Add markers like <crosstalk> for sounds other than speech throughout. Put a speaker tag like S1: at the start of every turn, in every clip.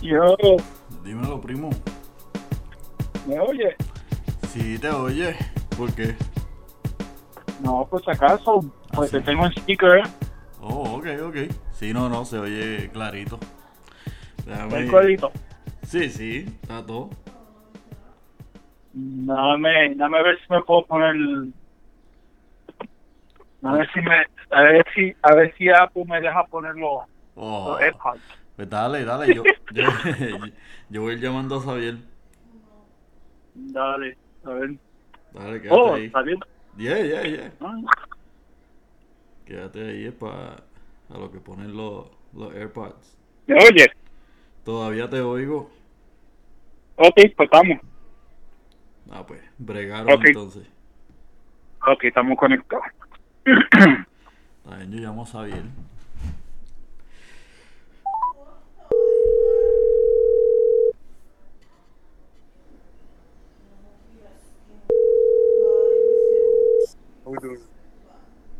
S1: Yo,
S2: Dímelo, primo.
S1: ¿me oye?
S2: Si te oyes, ¿por qué?
S1: No, pues acaso, pues
S2: Ah, sí.
S1: te tengo un sticker.
S2: Oh, ok, ok. Si no, no, se oye clarito. Déjame-
S1: El codito.
S2: Sí, sí, está todo.
S1: Dame, dame a ver si me puedo poner. A ver si me. A ver si, a ver si Apple me deja poner los,
S2: Oh,
S1: los AirPods.
S2: pues dale,
S1: <laughs>
S2: dale. Yo, yo, <laughs> yo voy llamando a Xavier.
S1: Dale, a ver.
S2: Dale, quédate
S1: Oh,
S2: ahí.
S1: está bien.
S2: Yeah, yeah, yeah.
S1: Ah,
S2: Quédate ahí es para a lo que ponen los, los AirPods.
S1: ¿Me oye?
S2: Todavía te oigo.
S1: Ok, pues estamos.
S2: Ah, pues, bregaron
S1: Ok.
S2: entonces.
S1: Ok, estamos conectados.
S2: También yo llamo a Xavier.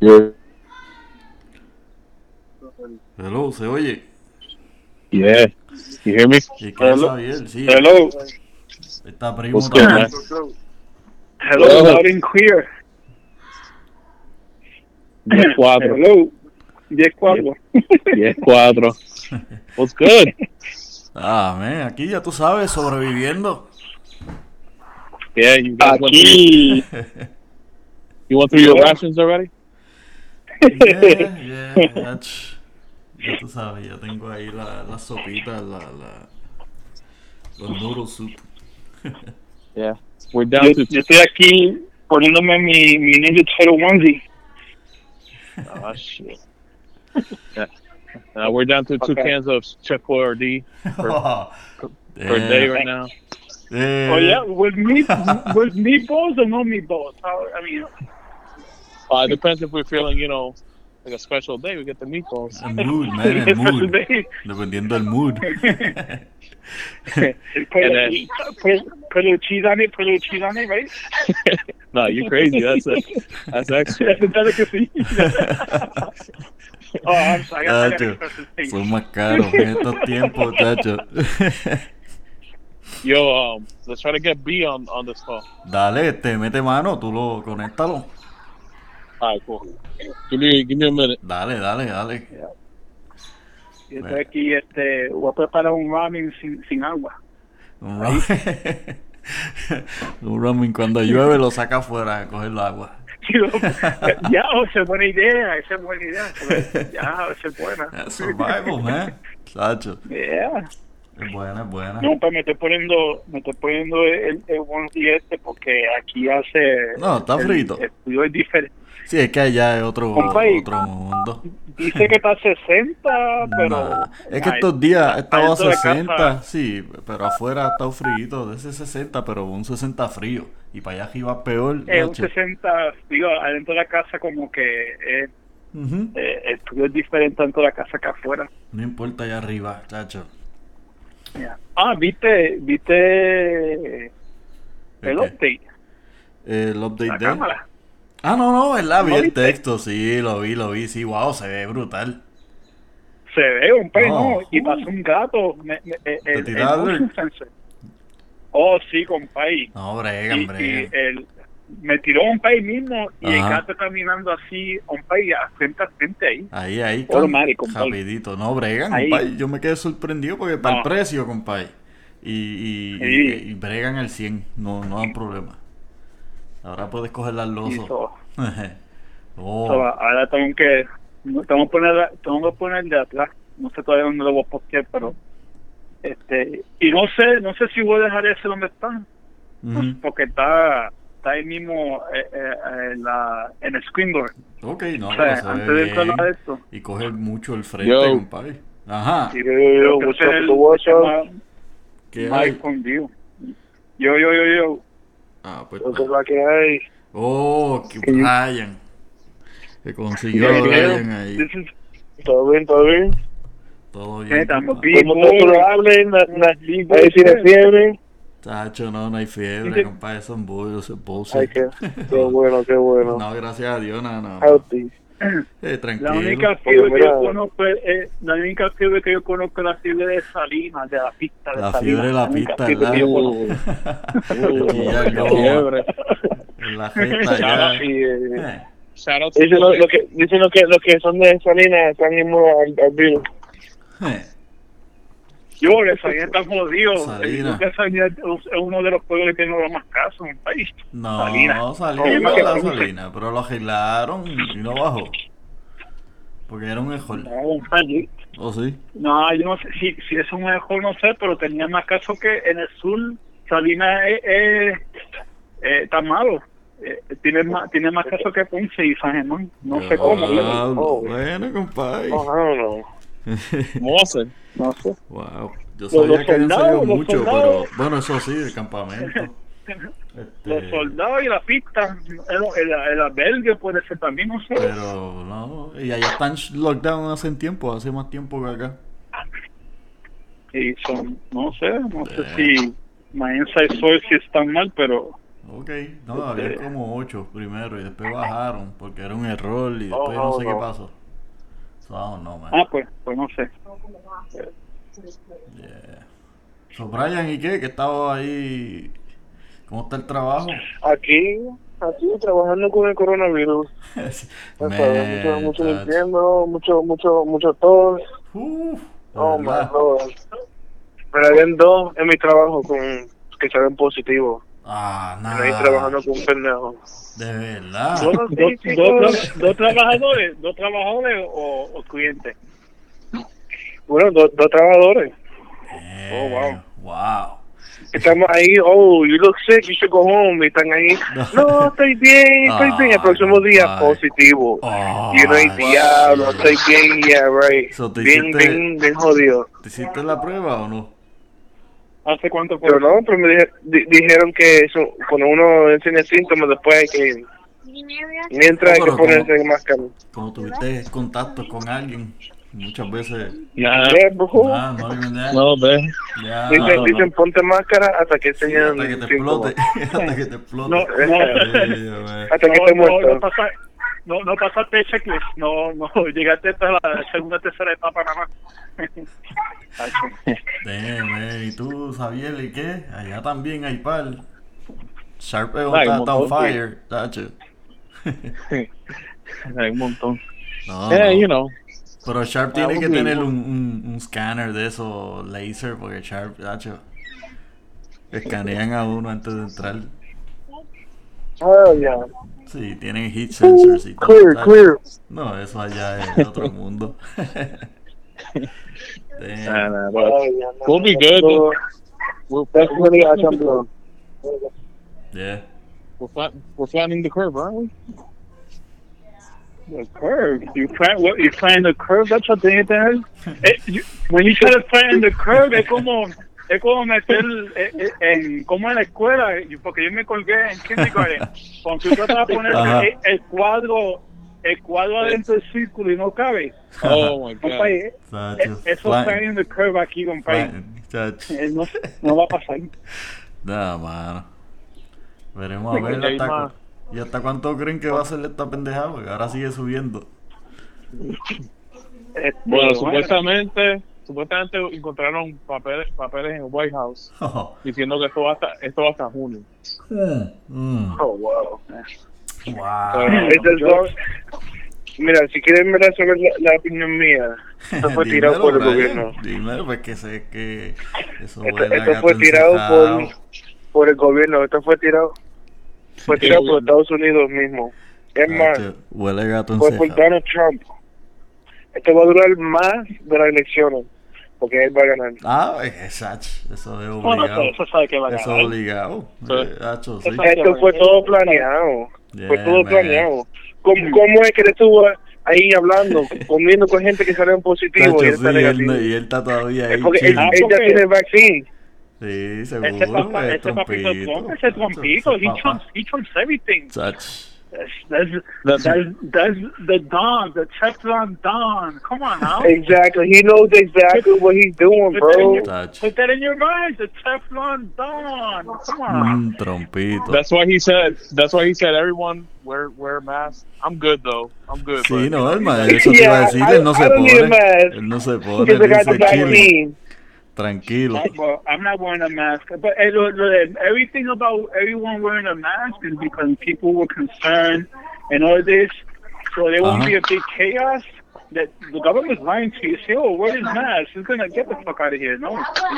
S3: Yeah.
S2: Hello, se oye.
S3: Yeah. You
S1: <laughs>
S3: hear me?
S2: ¿Y qué es
S1: Hello.
S2: Xavier? Sí,
S1: Hello.
S2: está primo
S3: What's good, man?
S2: también.
S1: Hello, loud and clear.
S3: Diez cuatro.
S1: Hello. 10-4.
S3: Diez cuatro. What's good?
S2: Ah, man, aquí ya tú sabes, sobreviviendo.
S3: Yeah, you guys
S2: <laughs>
S3: went through,
S1: Aquí.
S3: you went through your rations already?
S2: Yeah, yeah, ach. Ya tú sabes, ya tengo ahí la, la sopita, la, la, los noodle soup.
S3: Yeah. We're down
S1: Yo,
S3: to
S1: yo estoy aquí poniéndome mi, mi Ninja Turtle onesie.
S3: Oh shit. yeah. Uh, we're down to two
S1: Okay.
S3: cans of Checo or D per day right now.
S2: Eh,
S1: Oh yeah, with
S2: <laughs>
S1: meat, with meatballs or no meatballs? How, I mean,
S3: Uh, it depends if we're feeling, you know, like a special day. We get the meatballs.
S2: El mood,
S1: <laughs>
S2: man, el
S1: Pues
S2: mood. Dependiendo del mood.
S1: put,
S3: And
S1: a,
S3: then-
S1: put, put a little cheese on it. Put a little cheese on it, right?
S3: no, you're crazy. That's a,
S1: <laughs>
S3: that's extra.
S1: That's a delicacy. oh, I'm sorry. I gotta- I gotta
S2: Nacho,
S1: express this thing.
S2: Son más caros en estos tiempos, chacho. <laughs>
S3: Yo, um, let's try to get B on on this call.
S2: Dale, te mete mano, tú lo conéctalo.
S3: All right, cool. Give me give me a minute.
S2: Dale, dale, dale.
S1: Yo estoy aquí, este, voy a preparar un ramen sin, sin agua. <laughs>
S2: Un ramen. <laughs> Un ramen cuando llueve lo saca afuera a coger el agua. <laughs>
S1: ya, oh, esa es buena idea, esa es buena idea.
S2: <laughs>
S1: Ya, esa es buena.
S2: That's Eh, survival, man. Chacho.
S1: Yeah.
S2: Es buena, es buena.
S1: No, pues me estoy poniendo, me estoy poniendo el, el onesie este porque aquí hace...
S2: No, está
S1: el-
S2: frito.
S1: El frío es diferente.
S2: Sí, es que allá es otro,
S1: Compay.
S2: otro mundo.
S1: Dice que está a 60, pero...
S2: Nah. Es que
S1: Ay,
S2: estos días ha estado a
S1: adentro de casa.
S2: 60, sí, pero afuera ha estado frío, de ese 60, pero un 60 frío. Y para allá arriba peor.
S1: eh, un
S2: chacho.
S1: 60, digo, adentro de la casa como que eh,
S2: Ujú.
S1: eh, el frío es diferente dentro de la casa que afuera.
S2: No importa allá arriba, chacho.
S1: Ya. Ah, viste, viste eh,
S2: ¿El
S1: el
S2: qué?
S1: update,
S2: El update
S1: la
S2: de.
S1: cámara.
S2: Ah, no, no, ¿verdad? Vi
S1: ¿No
S2: el
S1: viste?
S2: texto, sí, lo vi, lo vi, sí, wow, se ve brutal.
S1: Se ve un pez, ¿no?
S2: No.
S1: Y pasó un gato. me- me- eh, el, el
S2: tiraron?
S1: motion sensor. Oh, sí, compay.
S2: No, bregan,
S1: Y, y
S2: bregan.
S1: el, me tiró un pay mismo y el
S2: Ajá.
S1: gato caminando así, un pay a frente a frente ahí.
S2: Ahí, ahí,
S1: Automático, compay.
S2: rapidito. No, bregan,
S1: Ahí.
S2: compay. Yo me quedé sorprendido porque para el
S1: No.
S2: precio, compay. Y, y, y-
S1: Sí.
S2: y bregan al 100, no, no dan problema. Ahora puedes coger las
S1: Y
S2: losas. <laughs>
S1: so-
S2: oh,
S1: so, ahora tengo que tengo que poner tengo que poner de atrás. No sé todavía dónde lo voy a postear, pero este y no sé no sé si voy a dejar ese donde están
S2: ujú.
S1: porque está está ahí mismo eh, eh, eh, la, en el screen door.
S2: Ok, no,
S1: O sea,
S2: pero se
S1: antes
S2: ve
S1: de entrar a
S2: bien.
S1: esto.
S2: Y coge mucho el frente,
S3: Yo.
S2: compay. Ajá.
S1: Sí,
S4: Yo,
S1: creo que
S4: what's
S1: ese
S4: up,
S1: es el-
S4: what's
S1: el
S4: up?
S1: más-
S2: ¿Qué
S1: más
S2: hay?
S1: escondido. Yo, yo, yo, yo.
S2: Ah, pues.
S4: Esa es la que hay.
S2: Oh, que Brian. Que consiguió
S1: Yo,
S2: a
S1: yo,
S2: Brian ahí.
S1: This is-
S4: Todo bien, todo bien.
S2: Todo bien. Ah,
S1: eh, tampoco-
S2: compa.
S4: ¿Cómo
S1: Big
S4: te
S1: boy.
S4: probable? Na, na,
S1: Big boy.
S4: ahí tiene fiebre.
S2: Tacho, no, no hay fiebre,
S1: Dice-
S2: <laughs> compadre. Son bullos, son bullshit.
S4: Ay, qué, qué bueno, qué bueno.
S2: No, gracias a Dios, no, no.
S4: Healthy.
S2: Eh,
S1: La
S2: tranquilo.
S1: única fiebre que yo
S4: Mira.
S1: conozco es, eh, la única fiebre que yo conozco es la fiebre de Salinas, de la pista de
S2: La
S1: Salinas.
S2: fiebre de la
S1: única
S2: pista,
S1: fiebre que yo conozco.
S3: Uh,
S2: <laughs> Aquí ya
S3: uh,
S2: acabó.
S3: fiebre.
S2: En la jeta ya.
S4: Y, eh,
S2: Eh,
S3: Shout out to
S4: Dicen lo,
S3: Luis.
S4: lo que, dicen lo que los que son de Salinas están inmunos al, al virus.
S2: eh.
S1: Yo, de Salinas está jodido.
S2: Salinas.
S1: Yo creo que Salinas es uno de los pueblos que no da más caso en el país.
S2: No,
S1: Salina.
S2: Salina,
S1: Oye,
S2: no
S1: que
S2: la
S1: produce.
S2: Salina, pero lo arreglaron y no bajó. Porque era un mejor.
S1: No, allí-
S2: ¿O sí?
S1: no, yo no sé si, si es un mejor, no sé, pero tenía más caso que en el sur. Salinas es, es- eh, está malo. Eh, tiene, más, tiene más caso que Ponce y San Germán. No
S2: Ah.
S1: sé cómo.
S2: Diablo,
S4: Oh.
S2: Bueno, compadre.
S4: Oh, I don't know.
S3: Moses.
S1: No sé.
S2: wow. Yo sabía
S1: los
S2: que habían
S1: soldados,
S2: salido
S1: los
S2: mucho, pero.
S1: soldados.
S2: Bueno, eso sí, el campamento.
S1: <laughs> Los
S2: Este,
S1: soldados y la pista, el, el, el albergue puede ser también, no sé.
S2: Eh. Pero no. Y allá están lockdown hace tiempo, hace más tiempo que acá.
S1: Y son, no sé, no sé si Maenza y Sol si están mal, pero
S2: Ok, no, había como ocho primero y después bajaron porque era un error y
S4: Oh,
S2: después no,
S4: no,
S2: sé
S4: no.
S2: qué pasó. So, I don't know, man.
S1: ah, pues, pues no sé.
S2: Yeah. So, Brian, ¿y qué? Que estaba ahí. ¿Cómo está el trabajo? <laughs>
S4: Aquí, aquí trabajando con el coronavirus.
S1: Pues,
S4: Ya sabes, mucho,
S2: Man,
S4: mucho
S2: that's-
S4: limpiando, mucho, mucho, mucho tos.
S2: Uf, de
S4: Oh, my
S2: verdad.
S4: lord. Me la habían dos en mi trabajo con que salen positivos.
S2: Ah,
S4: Me
S2: nada.
S4: la vi trabajando con un pendejo.
S2: De verdad.
S1: ¿Dos, dos, dos- dos trabajadores, dos trabajadores o, o clientes?
S4: Bueno, dos, dos trabajadores.
S2: Eh, wow.
S4: Estamos ahí, oh, you look sick, you should go home. Y están ahí, no, estoy bien, estoy bien. El próximo día,
S2: Ay.
S4: positivo.
S2: Oh,
S4: Y uno ahí, diablo,
S2: shit.
S4: estoy bien, yeah, right.
S2: So, te
S4: Bien,
S2: hiciste-
S4: bien, bien jodido.
S2: ¿Te hiciste la prueba o no?
S1: ¿Hace cuánto fue?
S4: Pero no, pero me dije- di- dijeron que eso, cuando uno enseña síntomas, después hay que, mientras hay que
S2: Pero como-
S4: ponerse máscara.
S2: Cuando tuviste contacto con alguien, muchas veces.
S3: Yeah.
S4: Yeah, bro.
S2: Ah, no, no, no,
S3: No, ve.
S2: ya,
S4: Dicen,
S2: no,
S4: dicen, ponte máscara hasta que
S2: sí,
S4: enseñan
S2: hasta que te
S4: síntomas.
S2: explote. <laughs> Hasta que te explote.
S1: No, no,
S2: Sí, man.
S4: Hasta que
S1: no, no,
S4: esté muerto.
S1: no pasa- no, no pasaste el checklist, no, no, <laughs> llegaste hasta la segunda, tercera etapa nada más. <laughs>
S2: Damn, man. ¿Y tú, Xavier, y qué? Allá también hay par. Sharp
S3: Ay,
S2: está
S3: un
S2: está on
S3: montón, sí.
S2: fire, tacho.
S3: Hay un montón.
S2: <laughs> Oh, No,
S3: Yeah,
S2: no.
S3: you know.
S2: Pero
S4: Ah,
S2: Sharp tiene que
S3: un
S2: tener un, un, un scanner de eso, laser, porque Sharp, tacho, escanean a uno antes de entrar.
S4: Oh, yeah.
S2: Sí, tienen heat sensors y todo.
S4: Clear,
S2: tacho.
S4: clear.
S2: No, eso allá es de
S4: <laughs>
S2: otro mundo. <laughs>
S3: Nah,
S2: Damn.
S3: nah,
S4: Oh,
S3: but
S4: yeah, no,
S3: We'll be
S4: no,
S3: good.
S4: no.
S3: we're,
S4: That's
S3: we're,
S4: really awesome, bro.
S2: Yeah.
S3: we're, flat, we're flattening the curve, aren't we?
S1: The curve. You plan what you plan the curve. That's what they
S2: <laughs>
S1: did. It, you, when you try to plan the curve, es como es como meter eh, eh, en como en la escuela, y- porque yo me colgué en
S2: <laughs>
S1: kindergarten. Cuando tú tratas de poner
S2: Ajá.
S1: el, el cuadro el cuadro adentro del círculo y no cabe.
S3: Oh, my God.
S1: Compadre, eh, eh,
S2: Tacho,
S1: eso
S2: plan-
S1: es planning the curve aquí, compadre.
S2: plan- tacho.
S1: Eh, No, sé, no va a pasar. Eh,
S2: Nada, mano. Veremos a ver
S3: ya hay
S2: hasta,
S3: más.
S2: cu- y hasta cuánto creen que va a ser esta pendejada, porque ahora sigue subiendo. <laughs>
S1: Este,
S3: Bueno,
S1: bueno.
S3: supuestamente, supuestamente encontraron papeles, papeles en White House diciendo que esto va hasta, esto va hasta junio.
S2: Mm.
S4: Oh,
S2: <laughs>
S4: wow.
S2: Wow.
S4: Ese es todo. Mira, si quieren ver saber la, la opinión mía, esto fue
S2: <laughs>
S4: tirado
S2: Dímelo,
S4: por el
S2: Brian,
S4: gobierno.
S2: Dímelo, pues que sé que eso
S4: Esto,
S2: huele a
S4: esto fue
S2: gato
S4: tirado por,
S2: encerrado.
S4: por el gobierno, esto fue tirado, fue
S3: Qué
S4: tirado por
S3: bueno.
S4: Estados Unidos mismo.
S2: Ah,
S4: Es más,
S2: Tacho, Huele a gato
S4: fue por
S2: encerrado.
S4: Donald Trump. Esto va a durar más de las elecciones, porque él va a ganar.
S2: Ah, exacto. Eso es
S1: Bueno,
S2: obligado.
S1: eso, eso sabe que va a
S2: Oh, Eso
S1: ganar.
S2: es obligado.
S3: Sí.
S2: Eh, Tacho, sí.
S4: Esto fue todo planeado, fue
S2: Yeah,
S4: pues todo
S2: man.
S4: planeado. ¿Cómo, cómo es que él estuvo ahí
S2: <laughs>
S4: hablando, comiendo con gente que salió en positivo
S2: Tacho,
S4: y él
S2: sí,
S4: está
S2: él,
S4: negativo?
S2: no- y él está todavía ahí.
S4: Es porque él,
S2: chill.
S1: Ah,
S4: él ya
S1: porque-
S4: tiene el vaccine.
S2: Sí, seguro.
S1: Ese, papá,
S2: es
S1: ese papito
S2: trompito,
S1: Trump, ese
S2: tacho,
S1: trompito,
S2: ese
S1: he
S2: papá.
S1: trumps, he trumps everything.
S2: Chacho,
S1: That's that's that's, that's, that's the Don, the Teflon Don. Come on now.
S4: Exactly. He knows exactly what he's doing,
S1: Put that, in
S4: bro.
S1: your, put that in your mind, the Teflon Don. Come on.
S2: Un Mm, trompito.
S3: That's why he said. That's why he said everyone wear wear masks. I'm good though. I'm good.
S2: Sí,
S3: but-
S2: no, el madre,
S4: <laughs>
S2: eso te iba a
S4: Yeah,
S2: decir,
S4: I-
S2: él no
S4: I
S2: se
S4: don't need a
S2: pone.
S4: mask.
S2: Él no se pone,
S4: Because I got the
S2: dice chile,
S4: vaccine.
S2: tranquilo.
S1: Well, I'm not wearing a mask, but eh, lo- lo- everything about everyone wearing a mask is because people were concerned and all this, so there won't
S2: Uh-huh.
S1: be a big chaos. That the government's lying to you. Say, oh, wear this mask. It's gonna get the fuck out of here. No,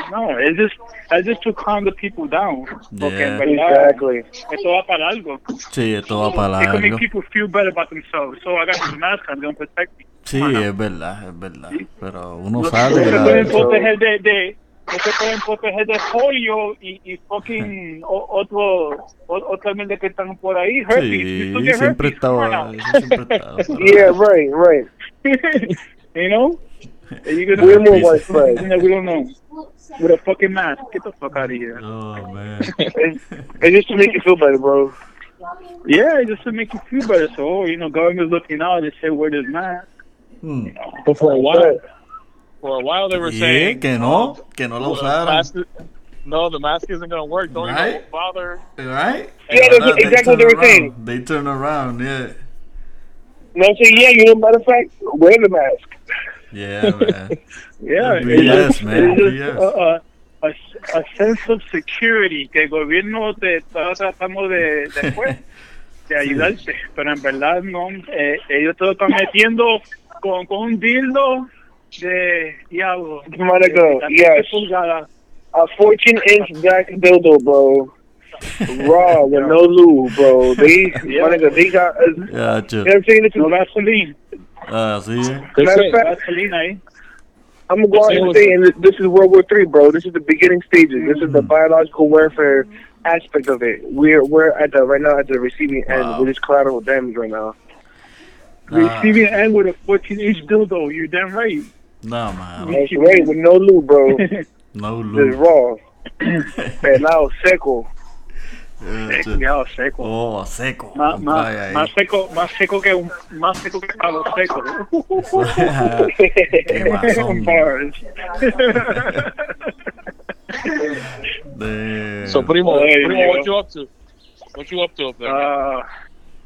S1: no. It's just, it's just to calm the people down. Okay,
S2: Yeah.
S1: but now,
S4: Exactly.
S1: esto va para algo.
S2: Sí, esto va para
S1: It can
S2: largo.
S1: make people feel better about themselves. So I got this mask. I'm gonna protect me.
S2: Sí,
S1: Ajá.
S2: es verdad, es verdad. Pero uno
S1: No
S2: sale.
S1: se
S2: la-
S1: pueden proteger um de, de no se pueden proteger de polio y, y fucking o- otro o- otra mierda que están por ahí herpes.
S2: Sí,
S1: You still get
S2: siempre
S1: herpes. Come on
S2: estaba.
S1: now.
S2: eso siempre estaba.
S4: Yeah, right, right.
S1: <laughs> you know you
S4: We're
S1: gonna
S4: more
S2: Herpes.
S1: you
S4: widespread.
S1: know, we don't know with a fucking mask get the fuck out of here
S2: Oh, man.
S4: It's, it's just to make you feel better, bro.
S1: yeah just to make you feel better so you know government's looking out they say where this mask
S2: Hmm.
S3: But for a while,
S4: But
S3: for a while they were
S2: Yeah,
S3: saying
S2: que no, que no la
S3: "Well, the
S2: usaran.
S3: mask is- no, the mask isn't gonna work. Don't
S2: Right?
S3: even bother.
S2: Right?
S4: Yeah, that's
S2: Ahora they
S4: exactly what
S2: turn
S4: they were saying.
S2: around. They turn around, yeah.
S4: you know what I'm saying? Yeah, you know, matter of fact, wear the mask.
S2: Yeah, man.
S1: Yeah,
S2: That'd be
S1: it's
S2: yes,
S1: just-
S2: man,
S1: it's
S2: that'd be
S1: just,
S2: yes.
S1: uh, uh, a, a sense of security que el gobierno te está tratando de, de,
S2: <laughs>
S1: pues, de ayudarte, pero en verdad no, eh, ellos te lo están metiendo con, con un dildo de diablo. Eh,
S4: You might as
S1: de
S4: well.
S1: 14
S4: Yes.
S1: pulgadas.
S4: A 14 inch black dildo, bro. Raw with no lube, bro. They, my nigga, they got. You know
S2: Ya, Ah, che.
S4: what I'm saying? This is,
S1: No Vaseline,
S2: Así es.
S3: They
S4: matter
S3: say,
S4: of fact,
S1: Vaseline ahí.
S4: I'm going to go out and say, and this- this is World War Three, bro. This is the beginning stages. This is the biological warfare aspect of it. We're we're at the right now at the receiving end.
S2: Wow.
S4: We're just collateral damage right now.
S2: Ah,
S1: Receiving end with a 14 inch dildo, you're damn
S2: <laughs>
S1: right. <laughs>
S2: no, man.
S4: That's right, with no lube, bro.
S2: No
S4: Just
S2: luz.
S4: raw.
S2: <laughs>
S4: And now seco. <laughs>
S2: Ya, che.
S1: Cuidado, seco.
S2: Oh, seco.
S1: Más, más,
S2: Vaya ahí.
S1: más seco, más seco que un, más seco que palo seco. <laughs>
S2: <laughs> Qué <laughs> guasón.
S1: Bars.
S2: De-
S3: so primo,
S1: There you
S3: primo, what
S1: go.
S3: Oh, you Uh, up to? What you up to up there?
S1: Ah,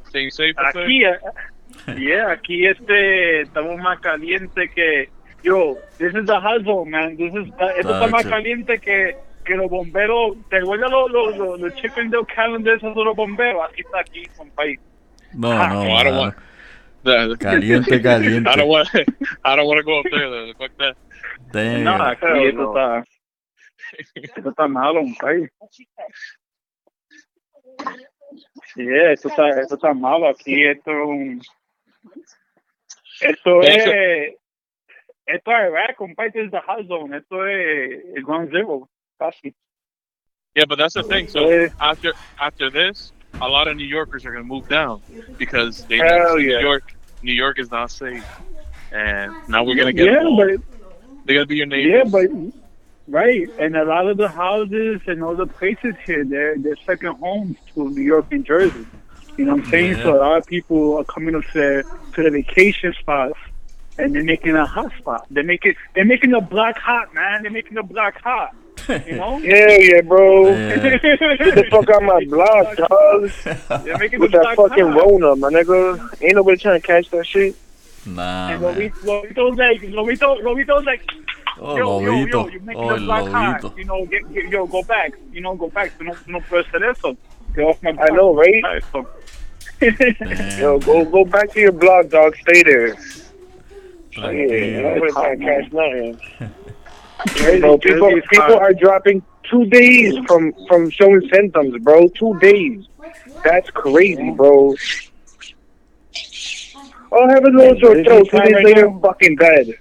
S3: Staying safe up there?
S1: aquí, eh, yeah, aquí este estamos más caliente que yo. This is the hot zone, man. This is esto está más
S2: Tacho.
S1: caliente que que los bomberos. ¿Te acuerdas los los los, los Chip and Dale calendars esos de los bomberos? Aquí está aquí, compadre.
S2: No, no,
S3: No, Ah, I don't
S2: mano.
S3: want- The- the-
S2: Caliente, caliente.
S3: <laughs> I don't want. <laughs> I don't want to go up there. Though. Fuck that.
S2: Damn.
S1: No, aquí
S4: Hell
S1: esto
S4: no.
S1: está esto está malo, compadre. Yeah, esto está esto está malo aquí. Esto es un- esto
S3: De hecho-
S1: es esto es Iraq, compadre. This is the hot zone. Esto es el ground zero, casi.
S3: Yeah, but that's the thing.
S1: Yeah.
S3: So after after this, a lot of New Yorkers are gonna move down because they
S4: Hell
S3: New
S4: yeah.
S3: York New York is not safe, and now we're gonna get
S1: Yeah,
S3: them all.
S1: but
S3: they're gonna be your
S1: yeah,
S3: neighbors.
S1: but right, and a lot of the houses and all the places here, they're they're second homes to New York and Jersey. You know what I'm saying?
S2: Yeah.
S1: So a lot of people are coming up to their to the vacation spots, and they're making a hot spot. They're making they're making a block hot, man. They're making a block hot. You
S2: <laughs>
S1: know? <laughs>
S4: Hell yeah,
S3: <laughs>
S4: bro.
S2: Yeah.
S4: Get the fuck out my block, dog.
S1: They're making
S4: With
S1: the
S4: that
S1: block
S4: fucking
S1: hot.
S4: Rona, my nigga. Ain't nobody trying to catch that shit.
S2: Nah,
S1: And
S2: man.
S1: Lobito, Lobito's like, Lobito, Lobito's like,
S2: Oh,
S1: yo, yo, yo,
S2: lobito.
S1: you're making
S2: Oh,
S1: a
S2: el
S1: black
S2: lobito.
S1: hot. You know, get, get, yo, go back. You know, go back. No, no puedes hacer eso. Get off my
S4: I
S1: block.
S4: know, right?
S1: So,
S2: Damn,
S4: Yo,
S2: man.
S4: go go back to your block, dog. Stay there. Yeah,
S2: Tranquilo.
S4: nobody trying to catch nothing.
S1: crazy,
S4: Bro, people,
S1: crazy
S4: people
S1: hot.
S4: are dropping two days from from showing symptoms, bro. Two days. That's crazy, bro. Oh, have a little
S1: This
S4: short
S1: is
S4: throat. Two
S1: fine
S4: days
S1: right
S4: later,
S1: now.
S4: fucking dead.
S1: <laughs>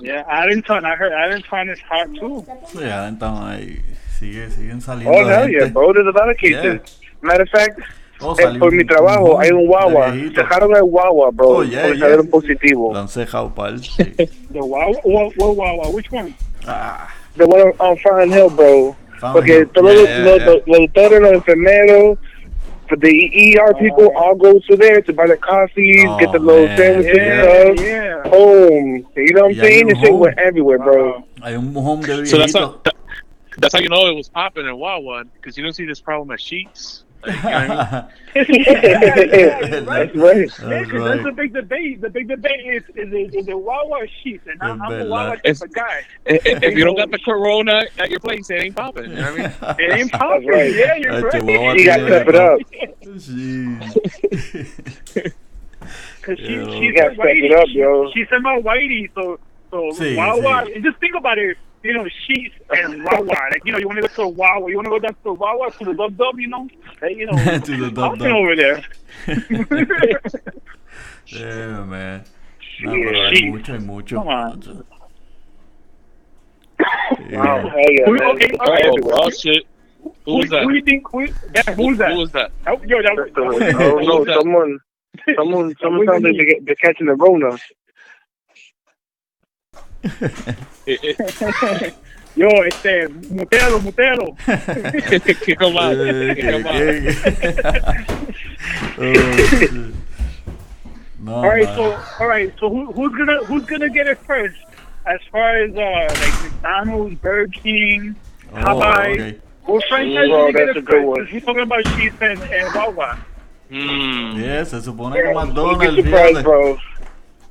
S1: Yeah, Addington. I heard Addington is hot too.
S2: Sí, adentraron ahí. Sigue, siguen saliendo.
S4: Oh, hell
S2: gente.
S4: yeah, bro. There's a lot of
S2: Yeah.
S4: cases. Matter of fact,
S2: Oh,
S4: eh,
S2: salió
S4: por mi trabajo hay un guagua.
S2: viejito.
S4: Dejaron al guagua, bro.
S2: Oh, yeah,
S4: por
S2: yeah.
S4: salir un positivo.
S2: Lo han cejado para
S4: <laughs>
S2: el.
S1: The Wawa, what Wawa? Which one?
S2: Ah,
S4: The one on, on Fine Hill, bro.
S2: Found
S4: Porque
S2: him.
S4: todos
S2: Yeah,
S4: los,
S2: yeah,
S4: los, los doctores, los enfermeros, But the ER people
S3: Oh.
S4: all go to there to buy their coffees,
S2: Oh,
S4: get the little
S2: man.
S4: sandwiches
S2: Yeah,
S4: and stuff. <laughs>
S3: yeah.
S4: Home. You know what I'm
S2: Yeah,
S4: saying?
S2: you
S4: This shit
S2: home.
S4: went everywhere, bro.
S2: Hay un mojón de
S3: So that's how,
S2: <laughs> viejito.
S3: that- that's how you know it was popping at Wawa because you don't see this problem at Sheets. Like, you know what
S2: <laughs>
S3: I mean?
S4: That's
S2: That's
S4: right.
S1: That's, that's
S2: That's
S1: the
S2: right.
S1: big debate. The big debate is is it, is it Wawa or Sheets? And I'm, I'm a
S2: Verdad.
S1: Wawa
S3: It's-
S1: type of guy.
S3: if, if- if you don't got
S1: <laughs>
S3: the corona at your place, it ain't popping. You know what I mean?
S1: It ain't popping.
S4: right.
S1: Yeah,
S2: Ah,
S1: you're right.
S2: Chihuahua
S4: You gotta
S2: tiene-
S4: step it up.
S2: Sí.
S1: Because she,
S2: Yeah.
S1: she's
S4: You
S1: a
S4: gotta step it up, yo.
S1: She's a whitey, so so
S2: Sí,
S1: Wawa.
S2: sí.
S1: and Just think about it. You know, sheets and Wawa. Like you know, you want to go to Wawa. You want to go down to Wawa to the dub dub. You know, Hey,
S2: <laughs>
S1: you know,
S2: To the dub
S1: something
S2: dub.
S1: over
S2: <laughs>
S1: there.
S2: Yeah, man. No, pero hay
S1: Sheets.
S2: mucho, hay mucho.
S1: Come on.
S2: Yeah.
S4: Hell yeah,
S1: Who-
S4: man.
S1: okay,
S4: It's
S1: <laughs> all right.
S4: everywhere.
S3: Oh, shit. Who
S1: who,
S3: was that?
S1: who do you think? Who, that, who's that?
S3: Who was that?
S1: Oh, yo, that was,
S4: That's <laughs> the way. I don't know. Someone, someone, someone sounds like they're, they're catching the Rona.
S3: It- it- <laughs>
S1: yo, este, mutelo, mutelo.
S3: Kick him out.
S2: Eh,
S3: Kick him out.
S2: eh, eh. Oh, shit. No,
S1: All right,
S2: man.
S1: so all right, so who, who's gonna who's gonna get it first? As far as uh, like McDonald's, Burger King,
S2: Oh,
S1: Popeye.
S2: okay.
S1: what franchise
S4: Ooh,
S1: is gonna
S4: that's
S1: get
S4: a
S1: it
S4: good
S1: first?
S4: one.
S1: 'Cause We're talking about Sheets and, and Wawa.
S3: Mm.
S2: Yeah, se supone né, que é
S4: Don't get
S2: McDonald's.
S4: surprised,
S2: fíjate.
S4: bro.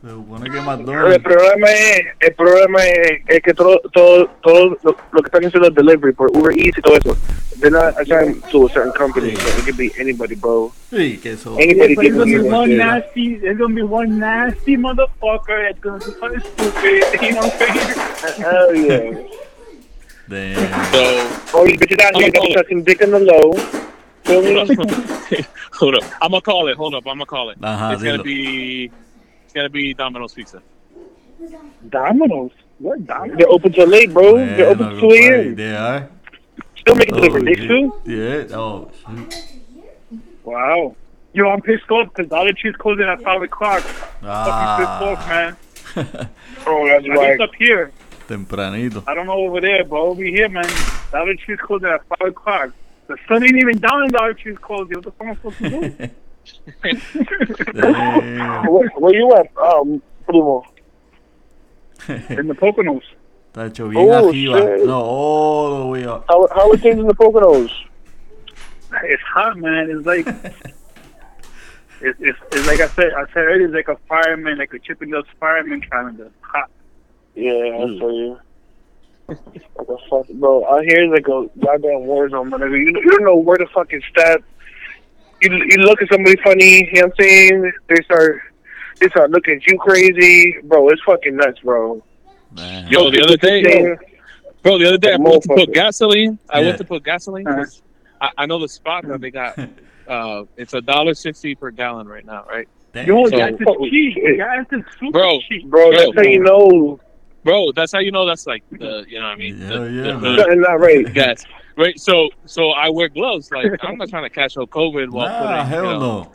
S2: Se supone né, que é
S4: El
S2: McDonald's.
S4: problema es, el problema es, es que todo, todo, todo lo, lo que están haciendo es delivery por Uber Eats y todo eso. They're not assigned to a certain company, so it could be anybody, bro.
S2: Sí, que eso.
S4: Anybody
S1: But there's
S4: can
S1: gonna
S4: do
S1: be one
S4: it.
S1: nasty, there's gonna be one nasty motherfucker that's gonna do something stupid. <laughs> You know what I'm saying?
S4: Hell yeah.
S2: Damn.
S3: So,
S4: Oh, you bitches out here that's sucking dick on the low. Feel me?
S3: hold up. <laughs> hold up. I'm going to call it. Hold up. I'm going to call it.
S2: Ajá,
S3: it's going
S2: dilo.
S3: to be. It's gonna be
S2: <laughs>
S3: Domino's Pizza.
S1: Domino's. What Domino's?
S4: They're open till late, bro. They're
S2: Bueno,
S4: open till 2
S2: compadre,
S4: a.m.
S2: They are.
S4: Still making
S2: Oh,
S4: delivery, dicks
S2: yeah.
S4: too?
S2: Yeah. Oh, shoot.
S1: Wow. Yo, I'm pissed off because Dollar Tree's closing at five o'clock. Fucking pissed off,
S2: Ah.
S1: man.
S4: Oh,
S1: At
S4: that's
S1: least
S4: right.
S1: up here.
S2: <laughs> Tempranito. <laughs>
S1: I don't know over there, but over here, man, Dollar Tree's closing at five o'clock. The sun ain't even down and Dollar Tree's closing. What the fuck am I supposed to do?
S2: Damn.
S4: Where, where you at, um, Primo?
S1: <laughs>
S2: <laughs>
S1: In the Poconos.
S2: Está hecho bien
S4: Oh,
S2: arriba.
S4: shit.
S2: assim, No, all the way up.
S4: How, how are things in the Poconos?
S1: It's hot, man. It's like <laughs> it's, it's, it's like I said. I said earlier, it's like a fireman, like a Chippendales fireman calendar. Hot.
S4: Yeah, I feel you. What the fuck, bro? Out here is like a goddamn war zone, my nigga. You, you don't know where to fucking step. You you look at somebody funny, you know what I'm saying? They start they start looking at you crazy, bro. It's fucking nuts, bro.
S2: Man.
S3: Yo, the other day,
S4: Yeah.
S3: bro, the other day I went to put
S4: Motherfucker.
S3: gasoline. I
S2: Yeah.
S3: went to put gasoline.
S1: Uh-huh.
S3: 'cause I, I know the spot that
S2: <laughs>
S3: they got. Uh, it's a dollar sixty per gallon right now, right?
S2: Damn.
S1: Yo,
S3: So-
S1: that's
S4: Oh,
S1: is cheap.
S4: shit.
S1: That's is super
S3: Bro.
S1: cheap.
S4: Bro, that's
S3: Yo.
S4: how you know
S3: bro. That's how you know that's like the you know what I mean.
S2: Yeah,
S3: the,
S2: yeah,
S3: the-
S2: man.
S3: the-
S4: something not right.
S3: Yes. Right. So so I wear gloves. Like I'm not trying to catch no COVID while
S2: nah,
S3: putting you
S2: hell
S3: know,
S2: no.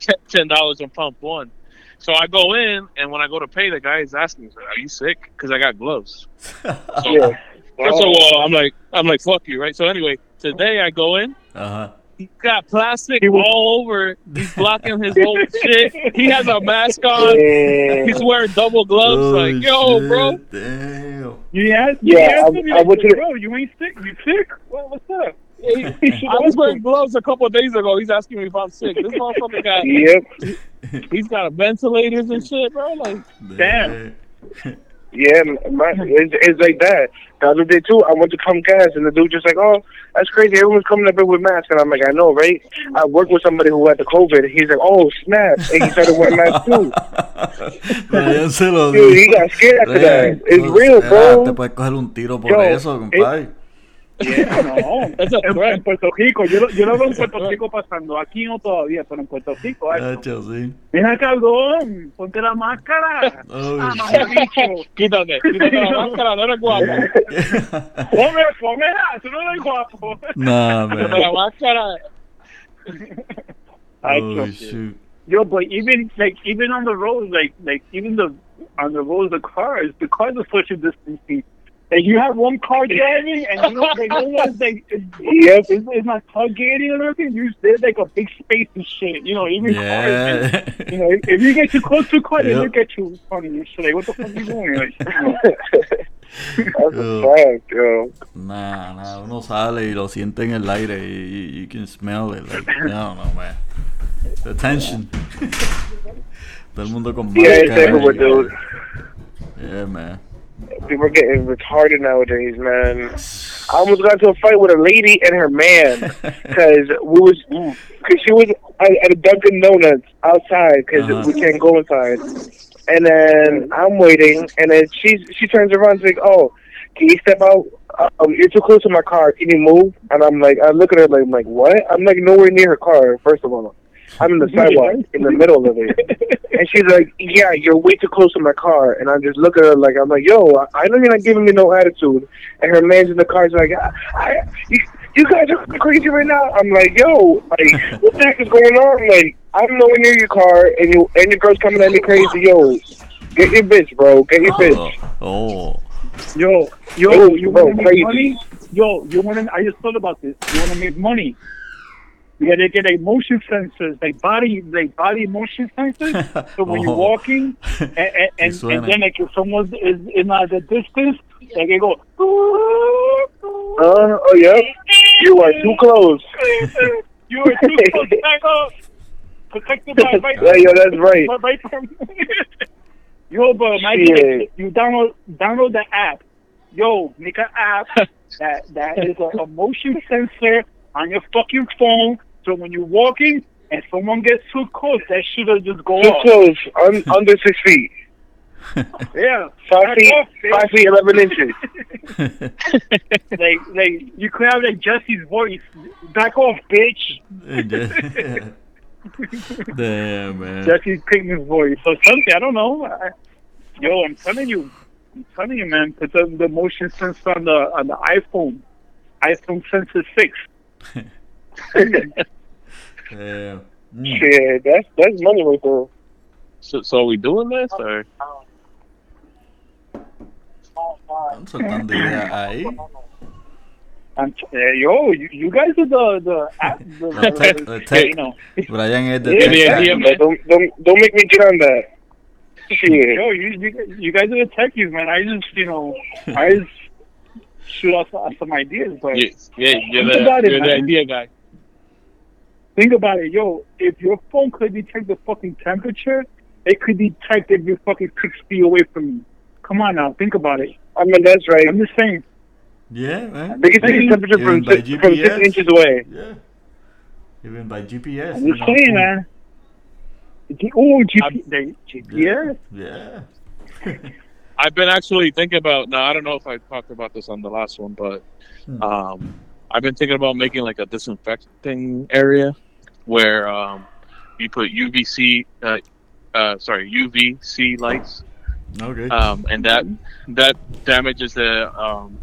S3: ten- ten dollars on pump one. So I go in, and when I go to pay, the guy is asking me, he's like, "Are you sick?" Because I got gloves. So,
S4: Yeah.
S2: <laughs>
S3: First
S1: Oh.
S4: Oh,
S3: of all, I'm like, I'm like, fuck you, right? So anyway, today I go in.
S2: Ajá.
S3: He's got plastic
S4: He was-
S3: all over. He's blocking his
S1: <laughs>
S3: whole shit. He has a mask on. <laughs>
S4: Yeah,
S3: He's wearing double gloves.
S2: Oh,
S3: like, yo,
S2: shit.
S3: bro.
S2: Damn.
S1: You asked,
S4: Yeah,
S1: you asked
S4: I-
S1: me,
S4: I
S1: like,
S4: went to the-
S1: bro, you ain't sick. You sick? What, what's up?
S3: I was wearing gloves a couple of days ago. He's asking me if I'm sick. This motherfucker <laughs> got
S4: Yep.
S3: He's got ventilators and shit, bro. <laughs> Like,
S1: Damn.
S4: Yeah, my, it's, it's like that. The other day too, I went to come gas, and the dude just like, "Oh, that's crazy! Everyone's coming up here with masks." And I'm like, "I know, right?" I worked with somebody who had the COVID, and he's like, "Oh, snap!" And he started wearing masks <laughs> too.
S2: Ryan se lo
S4: Dude, he got scared after
S2: Ryan,
S4: that. It's
S2: no,
S4: real,
S2: espera, Te
S4: bro.
S2: puedes coger un tiro por
S4: Yo,
S2: eso, compadre.
S1: Yeah, no.
S3: that's a
S1: En, en
S3: threat.
S1: Puerto Rico, yo, lo- yo lo veo en Puerto Rico pasando. Aquí no todavía, pero en Puerto
S2: Ah,
S1: Rico. ay,
S2: Hacho, sí.
S1: Mira, cabrón, ponte la máscara.
S2: Oh,
S1: Ah,
S2: shit.
S1: mamabicho.
S3: Quítate, quítate la máscara, no eres guapo.
S1: Ponme, ponme, ah, tú no eres guapo.
S2: <laughs> nah,
S3: Quítate la
S4: <laughs>
S2: man.
S3: máscara.
S2: Oh, shoot.
S1: Yo, but even like even on the roads, like like even the on the roads, the cars, the cars are social distancing. If you have one car driving and you don't, they don't want they, yep. it's, it's not tailgating or nothing, you, there's like a big space and shit. You know, even cars.
S2: Yeah. <laughs>
S1: You know, if you get too close to a car,
S2: Yep.
S1: they look at you funny and shit. Like, what the fuck you doing? Like,
S4: That's a
S2: Ugh.
S4: fact, yo.
S2: Nah, nah, uno sale y lo siente en el aire y y- you can smell it. Like, no, no, man. The tension. <laughs> Todo el mundo con
S4: Yeah, it's
S2: máscara y-
S4: everywhere, dude.
S2: Yeah, man.
S4: People are getting retarded nowadays, man. I almost got into a fight with a lady and her man because we was because she was at, at a Dunkin' Donuts outside because
S2: Uh-huh.
S4: we can't go inside. And then I'm waiting, and then she she turns around and like, "Oh, can you step out? Um, you're too close to my car. Can you move?" And I'm like, I look at her like, I'm like what? I'm like nowhere near her car. First of all, I'm in the sidewalk in the middle of it. And she's like, "Yeah, you're way too close to my car." And I'm just looking at her like, I'm like, "Yo, I- I know you're not giving me no attitude." And her man's in the car is like, I, "I, you, you guys are crazy right now." I'm like, "Yo, like, what the heck is going on?" Like, I'm nowhere near your car, and you and your girl's coming at me crazy. Yo, get your bitch, bro. Get your bitch.
S2: <laughs> Oh,
S1: yo, yo,
S4: Oh,
S1: you
S4: bro,
S1: want to make
S4: crazy.
S1: money? Yo, you want to? I just thought about this. You want to make money? You gotta get like motion sensors, like body, like body motion
S4: <laughs>
S1: sensors. So when you're
S2: Oh.
S1: walking, and
S4: Eh,
S1: and, and,
S2: suena.
S1: and then like if someone is in at a distance, like
S4: <laughs>
S1: they go. <laughs>
S4: Uh, oh yeah, you are too close. <laughs>
S1: you are too close. Back up. Protected by right.
S4: yeah, yo, that's right.
S1: But right from <laughs> Yo, bro, imagine
S4: Shit.
S1: you download download the app. Yo, make an
S4: <laughs>
S1: app that that is a, a motion sensor on your fucking phone. So when you're walking and someone gets too close, that shit'll just go
S4: Too
S1: off.
S4: close. Un, under six feet.
S1: Yeah,
S4: Five feet.
S1: off, bitch.
S4: Five feet eleven inches.
S1: like like you could have like Jesse's voice. Back off, bitch.
S2: yeah. Damn, man.
S1: Jesse Pinkman's voice or something. I don't know. I, yo, I'm telling you, I'm telling you, man. Put the, the motion sensor on the on the iPhone, iPhone sensor six.
S2: Damn. Mm.
S4: Yeah, that's that's money right there.
S3: So, so are we doing this or?
S2: Están soltando ideas ahí.
S1: I'm t- eh, yo, you, you guys are the the, app- the,
S2: The tech,
S1: the-
S2: the tech.
S1: you know.
S2: Brian es de
S1: Yeah,
S2: tech
S3: yeah,
S2: guy.
S3: yeah.
S4: But don't don't don't make me get on that. Shit.
S1: Yo, you, you you guys are the techies, man. I just you know, I just shoot out some, some ideas, but
S3: Yeah, yeah you're,
S1: Think
S3: the,
S1: about it,
S3: you're the
S1: man.
S3: idea guy.
S1: think about it, yo. If your phone could detect the fucking temperature, it could detect if you're fucking six feet away from you. Come on now, think about it.
S4: I mean that's right.
S1: I'm just saying.
S2: Yeah, man.
S4: They can take the temperature
S2: Given
S4: from
S2: by
S4: six, from six
S2: GPS.
S4: inches away.
S2: Yeah. Even by GPS.
S1: I'm
S2: you
S1: just
S2: know.
S1: saying, man. G- oh,
S3: I'm-
S1: GP, they, GPS.
S2: hmm. Yeah.
S3: I've been actually thinking about. Now I don't know if I talked about this on the last one, but
S2: Hmm.
S3: um, I've been thinking about making like a disinfecting area where um, you put UVC, uh, uh, sorry, UVC lights,
S2: Okay.
S3: um, and that that damages the um,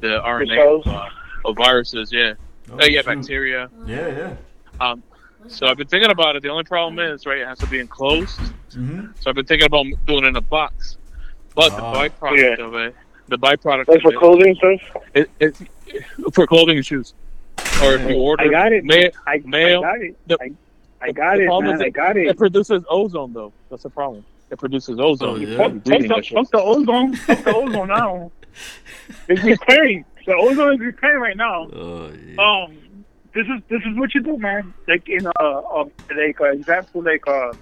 S3: the RNA
S4: cells?
S3: of, uh, of viruses. Yeah,
S2: Oh,
S3: uh, yeah,
S2: shoot.
S3: bacteria.
S2: Yeah, yeah.
S3: Um, so I've been thinking about it. The only problem is, right, it has to be enclosed.
S2: Mhm.
S3: So I've been thinking about doing it in a box. But the
S2: Ah.
S3: byproduct of it, the byproduct
S4: That's for
S3: of
S4: clothing and stuff.
S3: it, it, it- for clothing and shoes, or if you order,
S1: I got it.
S3: may-
S1: I, I
S3: Male.
S1: got it.
S3: The-
S1: I, I got
S3: the
S1: it,
S3: problem
S1: man.
S3: is
S1: I got
S3: it
S1: it.
S3: produces ozone though. That's the problem. It produces ozone.
S2: Oh, yeah.
S1: Fuck, fuck
S3: Bleeding
S1: the,
S3: issues.
S1: fuck the ozone. Fuck the ozone <laughs> now. It's repairing. The ozone is repairing right now.
S2: Oh, yeah.
S1: Um, this is this is what you do, man. Like in a, a like uh example, like uh,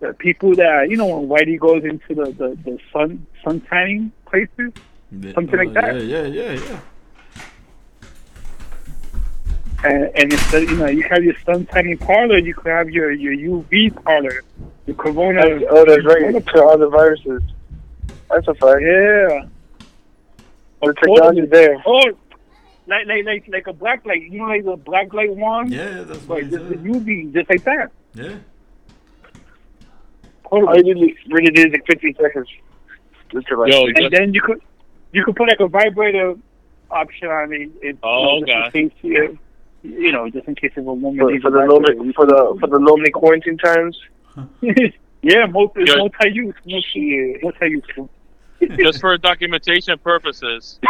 S1: the people that you know when Whitey goes into the the, the sun sun tanning places.
S2: Yeah,
S1: something like
S2: oh,
S1: that.
S2: Yeah, yeah, yeah, yeah.
S1: and, and instead, you know, you have your sun tanning parlor, you could have your, your UV parlor, your corona. uh,
S4: That's, oh, that's right. To all the viruses. That's a fact.
S1: Yeah.
S4: The technology's there.
S1: Oh, like like like like a black light, you know, like the black light one,
S2: Yeah, yeah, that's what
S1: like
S2: he
S1: just the
S2: said.
S1: UV, just like that.
S2: Yeah.
S4: All you did really did is like 15 seconds. Just to like,
S3: Yo,
S1: And then you could you could put like a vibrator option on it. it
S3: Oh,
S1: you know, just in case you, you know, just in case if a woman
S4: for,
S1: needs
S4: for
S1: a
S4: the
S1: vibrator.
S4: lonely for the for the lonely quarantine times.
S1: <laughs> yeah, multi
S3: Yo.
S1: multi use, multi multi use.
S3: just for documentation purposes.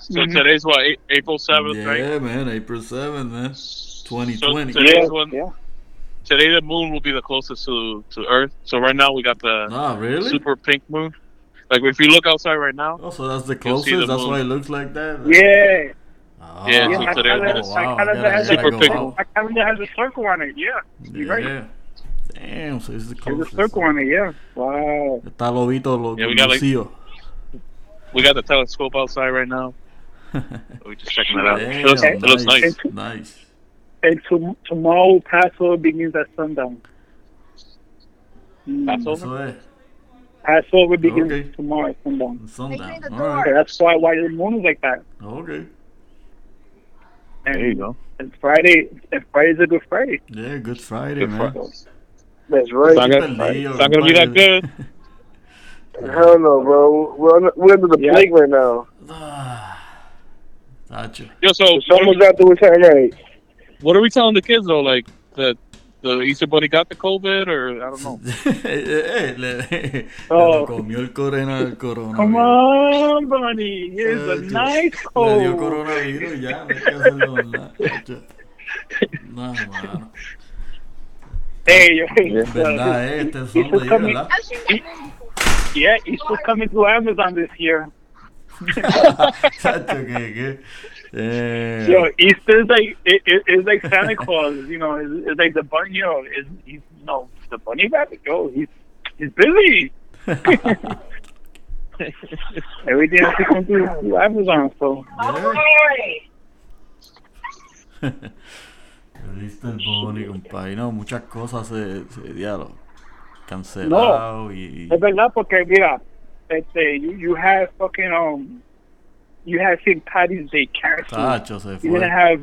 S3: So today's what A- April seventh, right?
S2: Yeah, man, April 7th, man.
S3: So
S2: 2020.
S3: today's
S4: Yeah,
S3: one-
S4: yeah.
S3: Today the moon will be the closest to to Earth. So right now we got the
S2: Nah, really?
S3: super pink moon. Like if you look outside right now,
S2: Oh, so that's the
S3: You'll see
S2: closest?
S3: the
S2: that's
S3: moon.
S2: why it looks like that?
S1: Yeah.
S2: Ah,
S3: Yeah, so
S1: yeah,
S3: today
S1: my calendar,
S3: was-
S2: oh,
S1: my
S2: wow,
S1: calendar
S2: gotta-
S1: has
S2: gotta
S1: a,
S3: Super
S2: go
S3: pick.
S2: out.
S1: my calendar has a circle on it. Yeah, You're right.
S2: Yeah. Damn, so it's the
S1: there's a
S2: closest.
S1: circle on it. Yeah. Wow.
S2: Está lobito lo
S3: Yeah, we got, like-
S2: Lucio.
S3: we got the telescope outside right
S2: <laughs>
S3: now. So We're just checking it out.
S2: Damn,
S3: it, looks, it looks nice.
S2: nice. nice.
S1: And to, tomorrow Passover begins at sundown. Mm,
S3: Passover?
S2: Eso es.
S1: Passover begins
S2: Okay.
S1: tomorrow at sundown.
S2: Sundown.
S5: Open the
S2: All
S1: Okay,
S2: right.
S1: that's why why the moon is like that.
S2: Okay.
S1: And,
S3: There you go.
S1: And Friday, and Friday's a good Friday.
S2: Yeah, Good Friday,
S3: Good
S2: man.
S3: Friday.
S4: That's right.
S3: It's not gonna-
S2: Perdido,
S3: it's not gonna be that
S2: compadre.
S3: good.
S2: <laughs>
S4: Hell no, bro. We're, under- we're under the
S1: Yeah.
S4: plague right now.
S2: Ah, <laughs> Tacho. <laughs>
S3: Yo, so what are,
S4: Someone's
S3: we,
S4: out doing something right.
S3: what are we telling the kids though? Like the the Easter Bunny got the COVID, or I don't know.
S2: Eh, eh, le- <laughs> le
S1: Oh.
S2: comió el corona el coronavirus.
S1: Come on, Bunny. Here's
S2: Eh,
S1: a
S2: le-
S1: nice Oh.
S2: Le dio
S1: cold.
S2: coronavirus ya, no hay que hacerlo nada. Tacho. No, mano.
S1: <laughs> Hey, <laughs> yo,
S2: Verdad, eh, este son
S1: Hizo
S2: de
S1: cami- <laughs>
S2: ¿verdad?
S5: I've seen that movie before.
S1: yeah, it's just coming to Amazon this year.
S2: Tacho, que, que. Eh,
S1: Yo,
S2: <laughs>
S1: Easter's like it, it, it's like Santa Claus, you know. It's, it's like the bunny. You know, it's, he's no the bunny rabbit. Yo, he's he's busy. Everything has to come through through <laughs> Amazon. So
S2: yeah. <laughs> Perdiste el Bunny, compadre. No, muchas cosas se, se diablo. Cancelado y.
S1: es verdad porque mira, este, you, you had fucking um, you had St. Patty's Day canceled.
S2: Tacho, se
S1: You didn't
S2: fue.
S1: have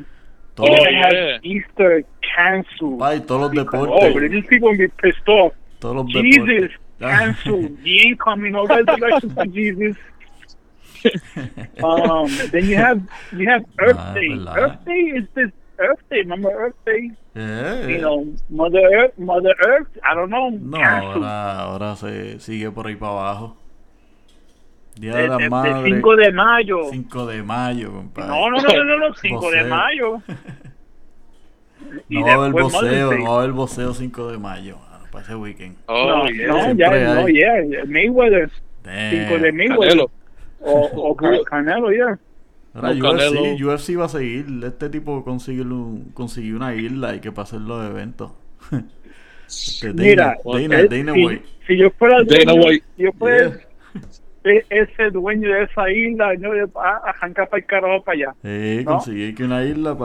S2: Todo,
S1: you
S3: Oh,
S1: didn't
S3: yeah.
S1: have Easter canceled.
S2: compadre, todos los
S1: Oh, but
S2: deportes.
S1: these people gonna be pissed off.
S2: Todos los
S1: Jesus,
S2: deportes. <laughs>
S1: canceled. He ain't coming. No resurrection for Jesus. Um, <laughs> then you have you have Earth
S2: Nah,
S1: Day.
S2: relax.
S1: Earth Day is this Earth Day. Remember Earth Day?
S2: Eh,
S1: You know, Mother Earth, Mother Earth. I don't know.
S2: No,
S1: canceled.
S2: ahora, ahora se sigue por ahí para abajo. Día
S1: De-
S2: de
S1: de- de
S2: la Madre.
S1: 5 de mayo.
S2: 5 de mayo, compadre.
S1: No, no, no,
S2: <laughs>
S1: no, no, 5 de
S2: Voceo.
S1: mayo. Y
S2: No va a haber
S1: después Mother's
S2: voceo,
S1: Day.
S2: no va a haber voceo 5 de mayo, mano, para ese weekend.
S3: Oh
S1: No,
S3: yeah,
S1: no,
S2: Siempre
S1: ya, no,
S2: hay.
S1: yeah, yeah, Mayweather, 5 de
S2: Damn.
S1: Mayweather,
S3: Canelo.
S1: o,
S2: <laughs>
S1: o Car- Canelo, yeah.
S2: Ahora,
S3: No,
S2: UFC,
S3: Canelo.
S2: UFC va a seguir. Este tipo consigue, un- consigue una isla y que pasen los eventos. <laughs> Este,
S1: Mira,
S2: Dana,
S1: eh,
S2: Dana
S1: si,
S2: White.
S1: si yo fuera
S3: Dana
S1: dueño,
S3: White.
S1: si yo fuera
S2: Yeah.
S1: e- ese dueño de esa isla, yo le a arrancar para el carajo para allá.
S2: Eh,
S1: ¿No?
S2: conseguí que una isla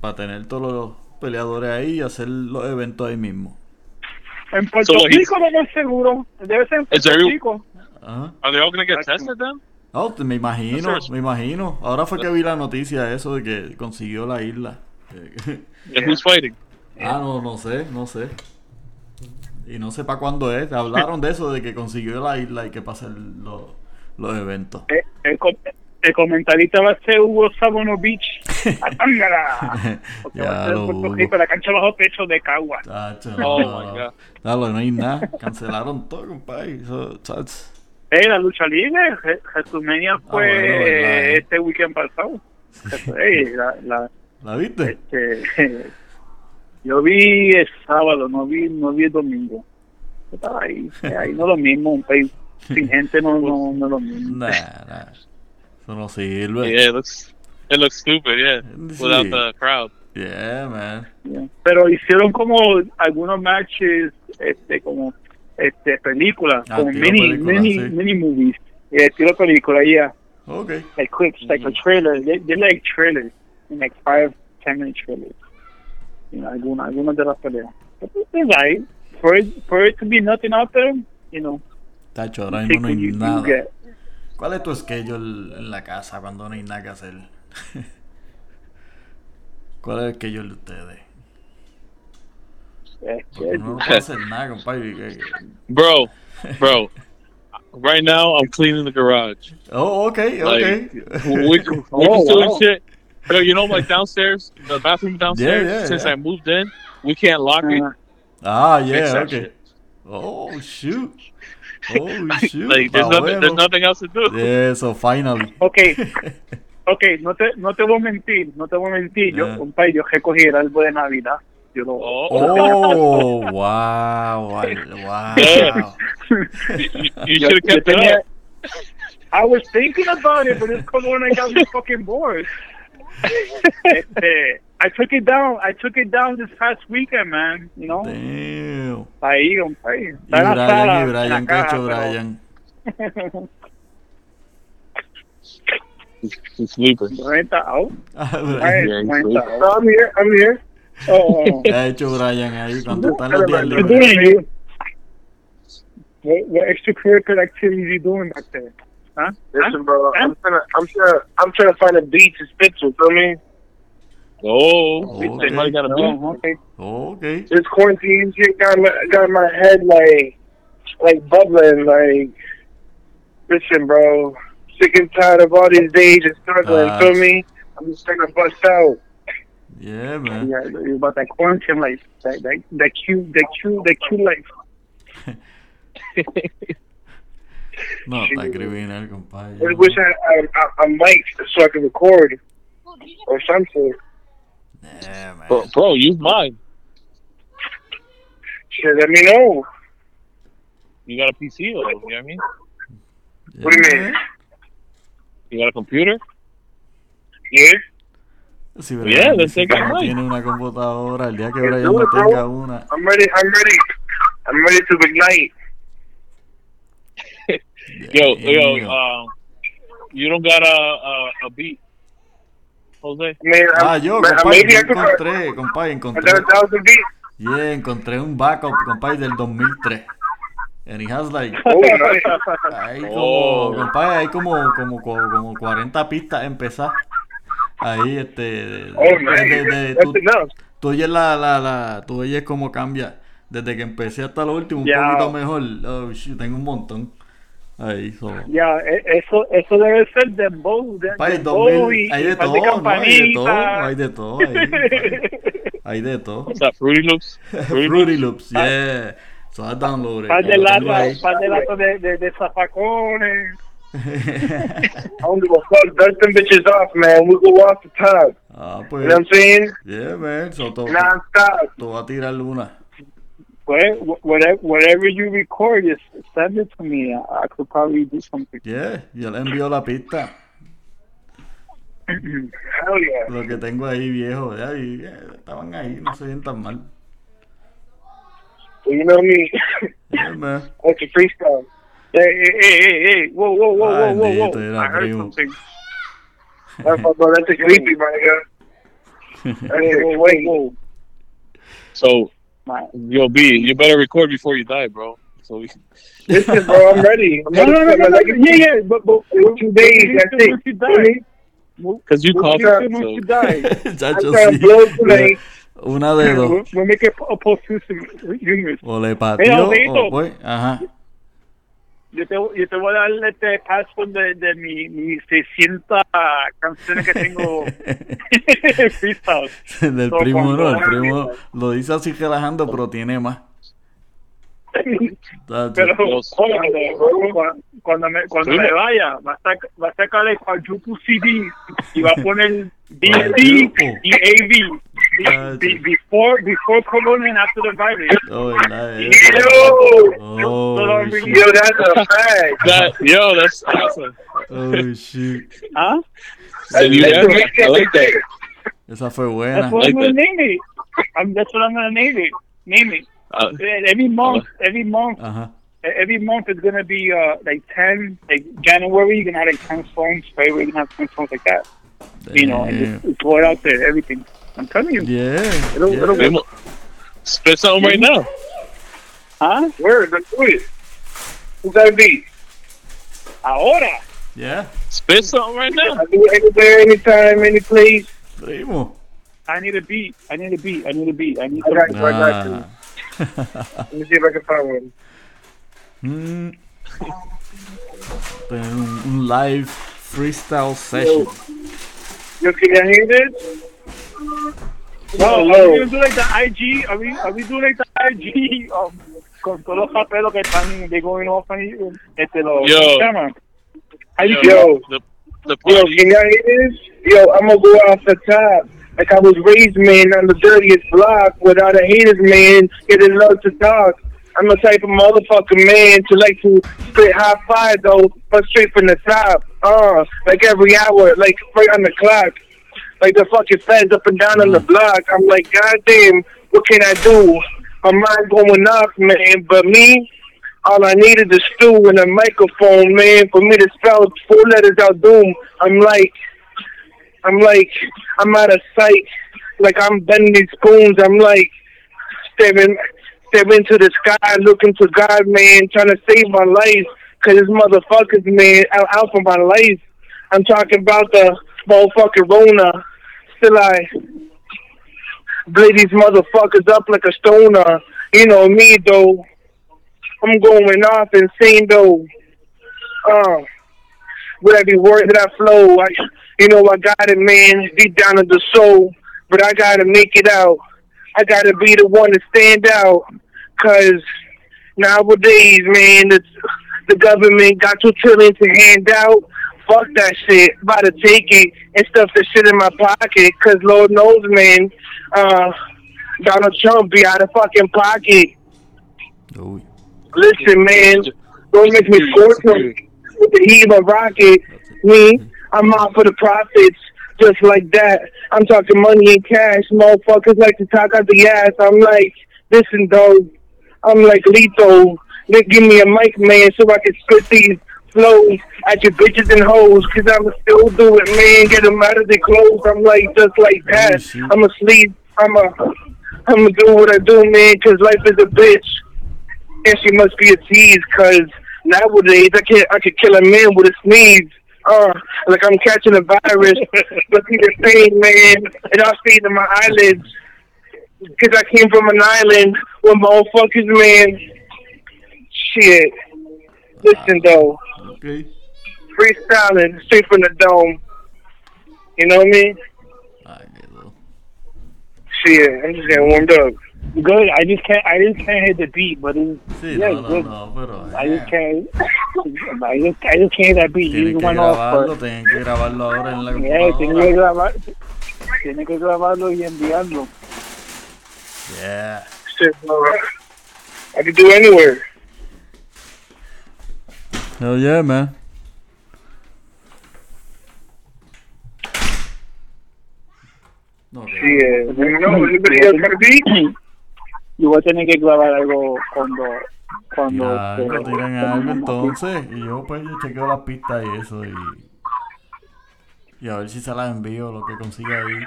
S2: para tener todos los peleadores ahí y hacer los eventos ahí mismo.
S1: En Puerto
S3: So, he's-
S1: Rico lo más seguro, debe ser en
S3: Is
S1: Puerto
S3: there-
S1: Rico.
S2: Ajá.
S3: Are they all gonna get
S1: Excellent.
S3: tested then?
S2: Oh, te- me imagino,
S3: Eso es-
S2: me imagino. Ahora fue que vi la noticia eso de que consiguió la isla. Eh, <laughs>
S3: And who's fighting?
S2: ah, no, no sé, no sé. Y no sé para cuándo es. Hablaron de eso, de que consiguió la isla y que pasen los, los eventos. <laughs>
S1: Eh, El, com- el comentarista va a ser Hugo Sabono Beach. ¡Atángala! Porque va a
S2: ya
S1: ser
S2: lo
S1: en Puerto
S2: hubo.
S1: Rico, la cancha bajo techo de Cagua.
S2: Chacho,
S3: Oh,
S2: no,
S3: my
S2: no.
S3: God.
S2: Dalo, no hay nada. Cancelaron todo, compadre. Eso, chats.
S1: Eh, la lucha libre, Je- Jesumeña fue
S2: Ah, bueno, verdad, eh.
S1: este weekend pasado. Eh, la, la,
S2: ¿La viste?
S1: este, <laughs> yo vi el sábado, no vi, no vi el domingo. Yo Estaba ahí, eh, ahí no es lo mismo, un
S2: <laughs>
S1: país sin gente no, no, no es lo mismo.
S2: Nah, nah. Eso no sirve.
S1: eh.
S3: Yeah, it looks it looks stupid. Yeah,
S2: Sí.
S3: without the crowd.
S2: Yeah, man.
S1: Yeah. Pero hicieron como algunos matches, este, como este, películas,
S2: Ah,
S1: como
S2: estilo
S1: mini,
S2: película,
S1: mini,
S2: sí.
S1: mini movies. Yeah, estilo película, yeah.
S2: Ok.
S1: Like clips, like
S2: Mm.
S1: a trailer. They, they like trailers, in like five, ten minute trailers. You know, alguna, alguna de las peleas. But it's alright. For it, for it to be nothing out there, you know,
S2: Tacho, ahora
S1: take
S2: mismo no
S1: what
S2: hay
S1: you, you
S2: nada.
S1: get.
S2: ¿Cuál es tu schedule en la casa cuando no hay nada que hacer? <laughs> ¿Cuál es el schedule de ustedes?
S1: Yeah,
S2: Porque uno no
S1: yeah.
S2: puede hacer nada, compadre. que- que-
S3: Bro, bro. Right now, I'm cleaning the garage.
S2: Oh, ok,
S3: Like,
S2: ok.
S3: we, we're just
S1: Oh,
S3: doing
S1: wow.
S3: shit. Yo, you know, like downstairs, the bathroom downstairs.
S2: yeah,
S3: since
S2: yeah.
S3: I moved in, we can't lock it.
S1: Uh,
S2: <laughs> ah,
S3: Fix
S2: yeah,
S3: that
S2: ok.
S3: shit.
S2: Oh, shoot. Holy shoot.
S3: <laughs> like there's
S2: pa'
S3: nothing, there's
S2: bueno.
S3: nothing else to do.
S2: Oh, Yeah, so finally.
S1: Ok, ok, no te, no te voy a mentir, no te voy a mentir. Yo,
S2: Ah.
S1: compadre, yo recogí el árbol de Navidad. Yo lo,
S2: <laughs>
S3: Oh,
S2: Oh, wow. Wow.
S3: <laughs> Yeah. you,
S4: Yo-
S3: should have
S4: yo
S3: kept it
S4: tenía-
S3: up.
S1: I was thinking about it, but it's because when I
S2: <laughs>
S1: got me fucking bored. Este, I took it down. I took it down this past weekend, man. You know,
S2: Damn.
S1: ahí, compadre.
S2: Y
S1: Está en la sala,
S2: Brian, y
S1: en la
S2: Brian, ¿qué ha
S1: caja,
S2: hecho
S1: pero-
S2: Brian?
S3: He's sleeping.
S1: <laughs> Renta out.
S2: Ah,
S1: Ay,
S2: Brian.
S3: Yeah, he's
S1: renta
S3: sleeping.
S1: out.
S4: I'm here. I'm here.
S1: Oh,
S2: ¿Qué ha hecho Brian ahí cuando están los días
S1: You're
S2: libres?
S1: doing you. What, what extracurricular activities you doing back there? Huh?
S4: Listen, bro. I'm trying. I'm trying. I'm trying to find a beat to spit to. Feel me?
S3: Oh,
S2: Oh,
S3: they might got a beat.
S1: Oh, okay.
S2: Ok.
S4: This quarantine shit got my, got my head like like bubbling. Like, listen, bro. Sick and tired of all these days and struggling.
S2: Ah.
S4: feel me? I'm just trying to bust out.
S2: Yeah, man.
S1: Yeah, it's about that quarantine life, that that that cute, that cute, that cute life.
S2: No, está criminal, compadre.
S4: I wish I I, I, I mic so I could record or something.
S2: Yeah, man.
S3: Bro, bro, use mine.
S4: Shit, let me know.
S3: You got a PC, or, you know what I mean?
S4: What do you mean?
S3: You got a computer?
S4: Yeah.
S2: Si
S3: Yeah,
S2: Brian
S3: let's
S2: dice
S3: take
S2: que
S3: it
S2: no
S3: away.
S2: tiene una computadora, el día que
S4: Let's
S2: Brian
S4: do
S2: no
S4: it, bro.
S2: tenga una.
S4: I'm ready. I'm ready. I'm ready to ignite.
S3: Yo, yo,
S2: Damn.
S3: um, you don't got a a, a beat, Jose.
S4: Man,
S2: Ah,
S4: I'm,
S2: yo,
S4: man,
S2: compadre,
S4: maybe
S2: yo
S4: I could.
S2: encontré, compadre,
S4: I
S2: encontré.
S4: got a thousand
S1: <laughs>
S4: beats.
S2: Yeah, encontré un backup, compadre, del 2003. And he has like,
S4: Oh, shit.
S2: hay como,
S3: Oh.
S2: compadre, hay como, como, como, como 40 pistas empezar. Ahí, este, de-
S4: Oh,
S2: de- de- de-
S4: man.
S1: <laughs>
S2: tú,
S4: That's enough.
S2: tú oyes la, la, la, tú oyes cómo cambia. Desde que empecé hasta lo último, un
S1: Ya.
S2: poquito mejor. Oh, shoot, tengo un montón. Ahí, solo.
S1: Ya, e- eso, eso debe ser dembow, de,
S2: Pai,
S1: dembow
S2: 2000,
S1: y,
S2: hay
S1: y
S2: de
S1: pan
S2: todo, ¿no? Hay de todo,
S1: campanita.
S2: hay de todo. Hay,
S1: <laughs>
S2: hay- hay de todo.
S3: What's that? Fruity
S2: <laughs>
S3: Loops.
S2: Fruity Loops, yeah. So I downloaded it.
S1: Pan Ah. de
S2: Lo tengo
S1: lata,
S2: ahí. <laughs>
S1: pan de lata de, de, de zafacones.
S4: I don't give a fuck. Dust them bitches off, man. We go off the top.
S2: ah,
S4: You
S2: pues.
S4: know what I'm saying?
S2: Yeah, man. So tú
S4: Non stop.
S2: tú vas a tirar una.
S1: Wha- wha- Whatever, whatever you record, just send it to me. I, I could probably do something.
S2: Yeah, yo le envío la pista.
S4: Hell yeah.
S2: Lo que tengo ahí viejo, ya, y, eh, estaban ahí, no se ven tan mal.
S4: Well, you know me. <laughs>
S2: Yeah, <laughs> man.
S4: That's a freestyle.
S1: Hey, hey, hey, hey, hey, whoa, whoa, whoa,
S2: Ah,
S1: whoa, whoa,
S2: bendito,
S1: whoa.
S2: era
S1: I heard
S2: primo.
S1: something.
S4: That's my bro. That's a creepy, my nigga. That's
S1: Hey, whoa,
S4: a
S1: whoa, whoa.
S3: So,
S1: My,
S3: yo, B, you better record before you die, bro. So we,
S4: Listen, bro. I'm ready. I'm
S1: no, no, no,
S4: ready.
S1: no, no,
S4: Like,
S1: yeah, yeah, but, but,
S4: in Two days.
S1: What
S4: That's
S1: you do if you
S3: because you
S4: it. Feel me?
S1: what
S3: called
S1: you
S3: it.
S1: do if
S3: So
S1: you die? <laughs>
S4: I'm
S2: Chacho,
S4: trying
S2: sí.
S4: to blow tonight.
S2: Una de
S1: We'll,
S2: dos.
S1: we'll make it a post-universe.
S2: O le
S1: Mira,
S2: pateó o
S1: Alfredito.
S2: pues, ajá.
S1: Yo te, yo te voy a dar este password de, de mi, mis 600 canciones que tengo <laughs> freestyle.
S2: <laughs> Del
S1: So,
S2: primo no,
S1: cuando
S2: el
S1: haga
S2: primo lo dice así relajando, pero
S1: <laughs>
S2: tiene más. Chacho.
S1: Pero
S3: Dios.
S1: cuando, cuando- cuando me, cuando me vaya, va a, sac- va a sacar el cuadruple CD y va a poner
S3: <laughs>
S1: BD
S2: Cuadruple.
S1: y AV.
S2: Ah,
S1: Be-
S2: sí.
S1: Before, before Corona and after the virus.
S2: Oh,
S1: <laughs>
S2: ¿verdad? Eh,
S4: Yo.
S2: Oh,
S4: Yo,
S2: shit.
S4: that's a fact.
S3: that, yo, that's awesome.
S2: Oh, shit.
S1: ¿Ah?
S3: So you- yeah, I like that.
S2: Esa fue
S1: That's
S2: buena.
S1: what
S3: Ah.
S1: I'm
S3: like
S1: gonna
S3: that.
S1: name it. I'm, that's what I'm gonna name it. Name it.
S3: Uh,
S1: And Every month,
S3: Ah.
S1: every month, eh,
S2: Ajá.
S1: every month is gonna be uh like ten. Like January, you're gonna have like ten songs. February, you're gonna have ten songs like that. You know, and
S2: Damn.
S1: just, just throw it out there. Everything. I'm telling you.
S2: Yeah.
S1: It'll-
S2: yeah.
S1: it'll be-
S3: Primo, spit something right now.
S1: Huh?
S4: Word. Let's do it. Who's that beat?
S1: Ahora.
S2: Yeah.
S3: Spit something right now.
S4: I do it anywhere, anytime, any place.
S2: Primo.
S1: I need a beat. I need a beat. I need a beat. I need.
S4: I
S1: Some,
S4: got, I got two.
S2: Nah.
S4: Let me see if I can find one.
S2: Mm. Tener un, un um, live freestyle session.
S4: Yo, Oh, can you hear this?
S1: no,
S4: Hello.
S1: Oh, <laughs> are we gonna do like the IG? Are we? Are we doing like the IG? Um, con todos los papeles que están de going off ahí, este, los
S3: Yo.
S1: ¿cómo se llama? Ahí
S3: Yo,
S1: yo,
S4: Yo.
S3: the, the
S4: Yo,
S3: police,
S4: can y'all hear this? Yo, I'm gonna go off the top. Like I was raised, man, on the dirtiest block without a haters, man. Get in love to talk. I'm the type of motherfucker, man, to like to spit high five, though, but straight from the top. Uh, like every hour, like right on the clock. Like the fucking feds up and down on the block. I'm like, goddamn, what can I do? My mind going off, man, but me, all I need is a stool and a microphone, man, for me to spell four letters out doom. I'm like, I'm like, I'm out of sight. Like I'm bending these spoons. I'm like staring, staring to the sky, looking to God, man, trying to save my life. Cause this motherfuckers, man, out, out for my life. I'm talking about the motherfucking Rona. Still, I bleed these motherfuckers up like a stoner. You know me though. I'm going off insane though. Uh, with every word that I flow, I, you know I got it, man, deep down in the soul. But I gotta make it out. I gotta be the one to stand out. Cause nowadays, man, the, the government got two trillion to hand out. Fuck that shit. About to take it and stuff the shit in my pocket. Cause Lord knows, man, uh, Donald Trump be out of fucking pocket.
S2: Uy.
S4: Listen, man, don't make me scorch him with the heat of a rocket. Me, I'm out for the profits, just like that. I'm talking money and cash. Motherfuckers like to talk out the ass. I'm like, listen, though, I'm like Leto. They give me a mic, man, so I can spit these flows at your bitches and hoes, cause I'ma still do it, man. Get 'em out of their clothes. I'm like, just like that. I'm going to sleep. I'm going to i I'm going to do what I do, man, cause life is a bitch and she must be a tease because nowadays I can I could kill a man with a sneeze. Uh, like I'm catching a virus, but see the pain, man, and I see it in my eyelids. Cause I came from an island with motherfuckers, man. Shit. Listen though,
S2: Ok.
S4: freestyling straight from the dome. You know me?
S2: Ay, quedó.
S4: Shit, I'm just getting warmed up.
S1: good. I just can't. I just can't hit the beat, but it's,
S2: Sí,
S1: yeah,
S2: no,
S1: it's
S2: no,
S1: good.
S2: no, pero.
S1: I
S2: eh,
S1: just can't. I just, I just can't hit that beat. You
S2: Tienen
S1: just
S2: que
S1: went off.
S2: grabarlo,
S1: But,
S2: tienen que grabarlo ahora en la
S1: yeah, tiene que
S2: computadora.
S1: grabar. Tiene que grabarlo y enviarlo.
S2: Yeah.
S4: Shit, bro. I could do anywhere.
S2: Hell Oh, yeah, man. No, que-
S4: Yeah. You know, anybody else got a beat?
S1: Y voy a tener que grabar algo cuando. cuando
S2: Ya,
S1: este,
S2: algo tiran algo entonces. Y yo, pues, yo chequeo las pistas y eso. Y, y a ver si se las envío, lo que consiga ahí.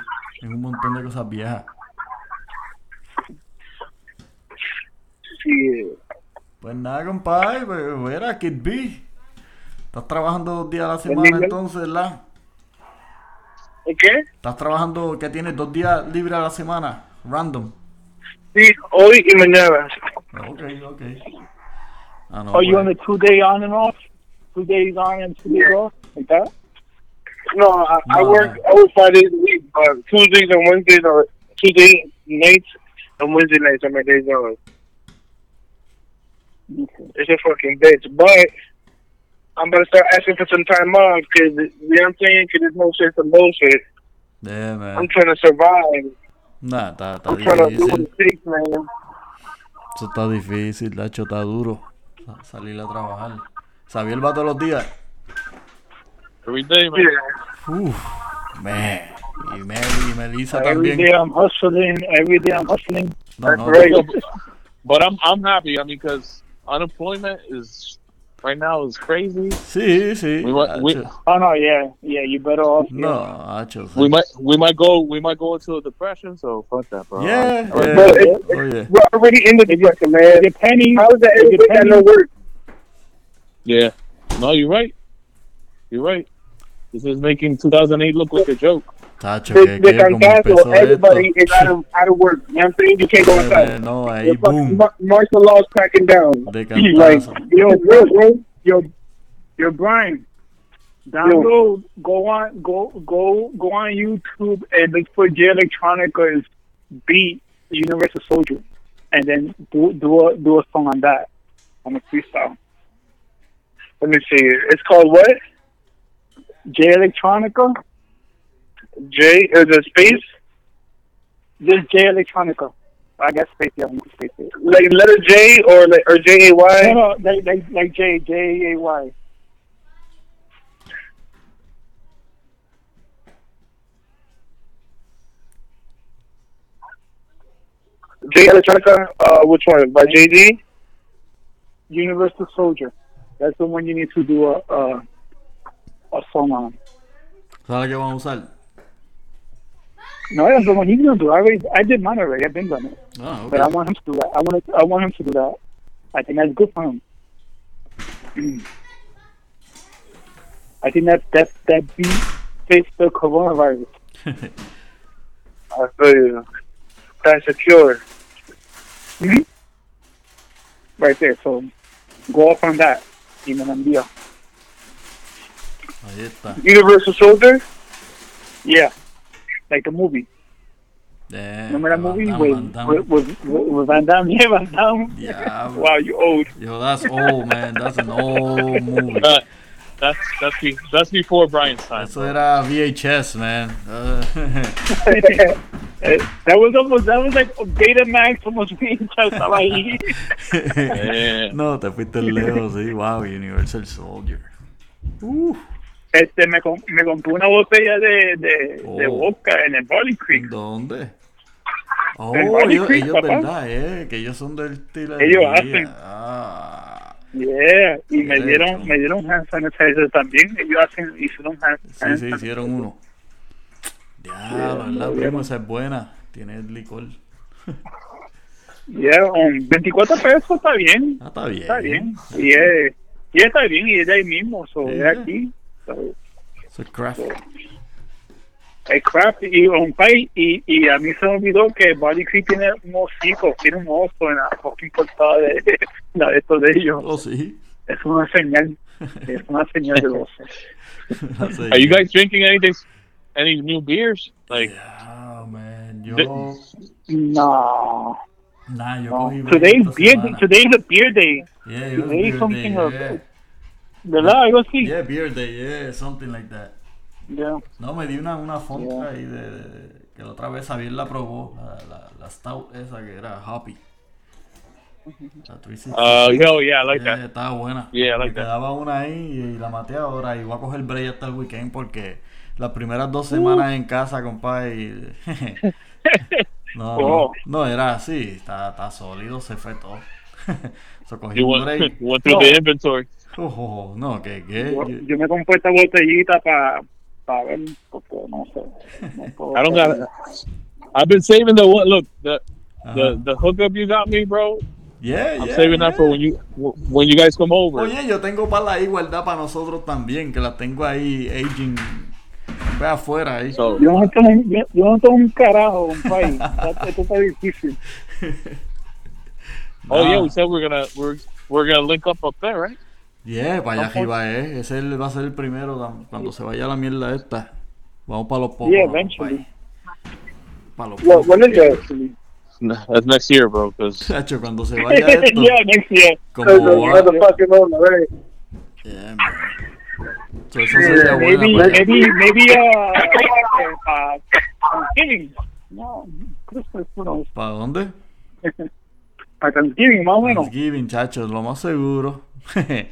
S2: En un montón de cosas viejas.
S4: Shit.
S2: Pues nada, compadre, pues, mira, Kid B. Estás trabajando dos días a la
S4: Bendiga.
S2: semana entonces, ¿la?
S4: ¿Qué?
S2: Estás trabajando, que tienes dos días libres a la semana, random.
S4: Sí, hoy y mañana.
S2: Ok, ok. Ah, no,
S1: Are you on
S2: pues,
S1: the two day on and off? Two days on and two days off? Like that?
S4: No, I, I
S2: No.
S4: work I work five days a week, but Tuesdays and Wednesdays are Tuesday nights and Wednesday nights are my days off. It's a fucking bitch, but I'm gonna start asking for some time off because you know what I'm saying? Because it's no shit, some bullshit.
S2: yeah, Oh, man.
S4: I'm trying to survive.
S2: Nah, está, está
S4: I'm trying to do
S2: difícil.
S4: what it takes, man.
S2: Eso está difícil, Lacho, está duro. Sa- Salir a trabajar. Xavier va todos los días.
S3: every day, man.
S4: Yeah,
S2: Uf, man. Y Mary y Melissa
S1: Every
S2: también.
S1: day I'm hustling. Every day I'm hustling.
S2: No, no,
S4: right.
S3: But I'm I'm happy. I mean, because unemployment is right now is crazy.
S2: Sí, sí.
S3: We might we,
S2: Hacho.
S1: Oh, no, yeah. Yeah, you better off.
S2: No, Hacho. sí.
S3: we might we might go we might go into a depression. So fuck that, bro.
S2: Yeah,
S3: All right.
S2: yeah.
S4: But it,
S2: Oye,
S4: we're already in the depression, man.
S1: Depending.
S4: How is that everybody got no work?
S3: yeah. No, you're right. You're right. This is making 2008 look like a joke.
S2: Tacho,
S4: They,
S2: que,
S4: they
S2: que
S4: can
S2: como
S4: cancel.
S2: empezó
S4: Everybody is out
S2: esto.
S4: of, out of work. You know what I'm saying? You can't go
S2: Eh,
S4: outside.
S2: no, ahí,
S4: The fucking
S2: boom.
S4: mar- martial law's cracking down.
S2: De
S4: Like,
S2: cantazo.
S4: you know, real, bro.
S1: Yo, yo, Brian. Download. Go on. Go go go on YouTube and look for J Electronica's beat Universal Soldier. and then do do a, do a song on that on a freestyle.
S4: Let me see. It's called what?
S1: J Electronica,
S4: J is it space?
S1: just J Electronica. I guess space, yeah, I'm space. it.
S4: Like letter J or like or J A
S1: No,
S4: Y?
S1: no, like like like J J A Y.
S4: J Electronica? Uh, which one? By J D?
S1: Universal Soldier. That's the one you need to do a a, a song on.
S2: ¿Sabes la que vamos a usar?
S1: No, that's the one he's gonna do. I already I did mine already. I've been done it,
S2: Ah, ok.
S1: but I
S2: <laughs>
S1: want him to do that. I want to, I want him to do that. I think that's good for him. <clears throat> I think that that that beat fits the coronavirus.
S4: I feel you. That's a cure.
S1: Mm-hmm. right there. So go off on that. Y me lo envía.
S2: Ahí está.
S4: Universal Soldier?
S1: Yeah. Like the movie.
S2: Eh,
S1: Remember that movie
S2: Van Damme, Van
S1: with,
S2: Damme.
S1: with, with, with Van Damme? <laughs> Yeah, Van Damme.
S2: Diablo.
S1: Wow, you old.
S2: Yo, that's old, man. That's an old movie.
S3: Uh, that's that's be, that's before Brian's time.
S2: Eso era VHS, man. Uh,
S1: that was almost, that was like Betamax <laughs> almost being just
S2: <laughs>
S1: like,
S3: Yeah.
S2: no, te fuiste lejos, sí. Wow, Universal Soldier. Uh,
S1: este, me, com- me compré una botella de, de, de
S2: Oh.
S1: vodka en el Bowling Creek.
S2: ¿Dónde? Oh,
S1: En Valley
S2: ellos,
S1: Creek,
S2: ellos
S1: papá.
S2: verdad, eh, que ellos son del estilo
S1: Ellos hacen.
S2: Ah,
S1: Yeah. Y me
S2: Bien
S1: dieron,
S2: hecho.
S1: me dieron hand sanitizer también. Ellos hacen, hicieron hand
S2: sí,
S1: hand
S2: sí,
S1: sanitizer.
S2: hicieron uno. Diablo, la prima esa es buena. Tiene el licor.
S1: Yeah, um, 24 pesos está bien.
S2: Ah, está bien.
S1: Está bien. Y es, y está bien, y es de ahí mismo. So,
S2: Sí,
S1: es
S2: ya.
S1: aquí. So,
S2: Eso es craft.
S1: es craft y un pay. Y, y a mí se me olvidó que Body Creek tiene un hocico, tiene un oso en la fucking portada de, la de estos de ellos.
S2: Oh, sí. <laughs>
S1: Es una señal. Es una señal de oso.
S2: Así
S3: Are you
S2: que-
S3: guys drinking anything? Any new beers? Like
S2: Yeah, man. Yo,
S1: No.
S2: nah, yo
S1: no.
S2: cogí
S1: Today's
S2: esta
S1: beer,
S2: semana.
S1: today's a beer day.
S2: Yeah, it was
S1: today
S2: beer
S1: something
S2: day,
S1: of-
S2: yeah.
S1: ¿Verdad? Algo así.
S2: Yeah, beer day, yeah, something like that.
S1: Yeah.
S2: No, me di una, una fonda ahí de, de- que la otra vez Javier la probó, la, la, la stout esa que era Hoppy. La 360.
S3: uh yo yeah, I like
S2: Yeah,
S3: that.
S2: estaba buena.
S3: Yeah, I like
S2: me
S3: that.
S2: quedaba una ahí y, la maté ahora y voy a coger break hasta el weekend porque las primeras
S3: Uh.
S2: dos semanas en casa, compadre.
S3: <laughs>
S2: y- no, no,
S1: Oh.
S2: no, era así, está, está sólido, se fue todo. <laughs> so, cogí
S3: You
S2: un
S3: went
S2: break.
S3: you <laughs> went through the inventory.
S2: Ojo, Oh, no, que qué.
S1: Yo,
S2: Yo-
S1: yo me compré esta botellita para pa ver, porque no sé. No puedo
S3: I don't
S1: hacer
S3: got. I've been saving the one. Look, the
S2: Ajá.
S3: the the hookup you got me, bro.
S2: Yeah,
S3: I'm
S2: Uh-huh. yeah,
S3: saving that for
S2: yeah. Oh,
S3: when you when you guys come over.
S2: Oye, yo tengo para la igualdad para nosotros también, que la tengo ahí aging. Ve afuera ahí.
S3: So
S1: Yo no tomo, un- yo, yo no tomo un carajo, compadre. Está- Esto está difícil.
S3: oh yeah,
S2: Nah.
S3: we said we're gonna we're we're gonna link up up there, right?
S2: <laughs> Yeah, para allá arriba, eh. Ese el- va a ser el primero tam- cuando se vaya la mierda esta. Vamos para los pocos.
S1: Yeah, eventually.
S2: Para los
S4: What,
S2: pocos.
S4: when is that?
S3: That's next year, bro. <laughs> Because
S2: Chacho, cuando se vaya
S1: <laughs>
S2: esto.
S1: yeah, next year.
S2: como
S4: Because the
S2: va-
S4: motherfucking owner, right?
S2: Yeah, man. So, eso sería buena
S1: Maybe,
S2: para allá.
S1: maybe, maybe,
S4: <laughs>
S1: uh, uh, Thanksgiving. No, Christmas, who knows.
S2: ¿Para dónde?
S1: Para Thanksgiving, más o menos.
S2: Thanksgiving, chacho, Pues, lo más seguro. <laughs>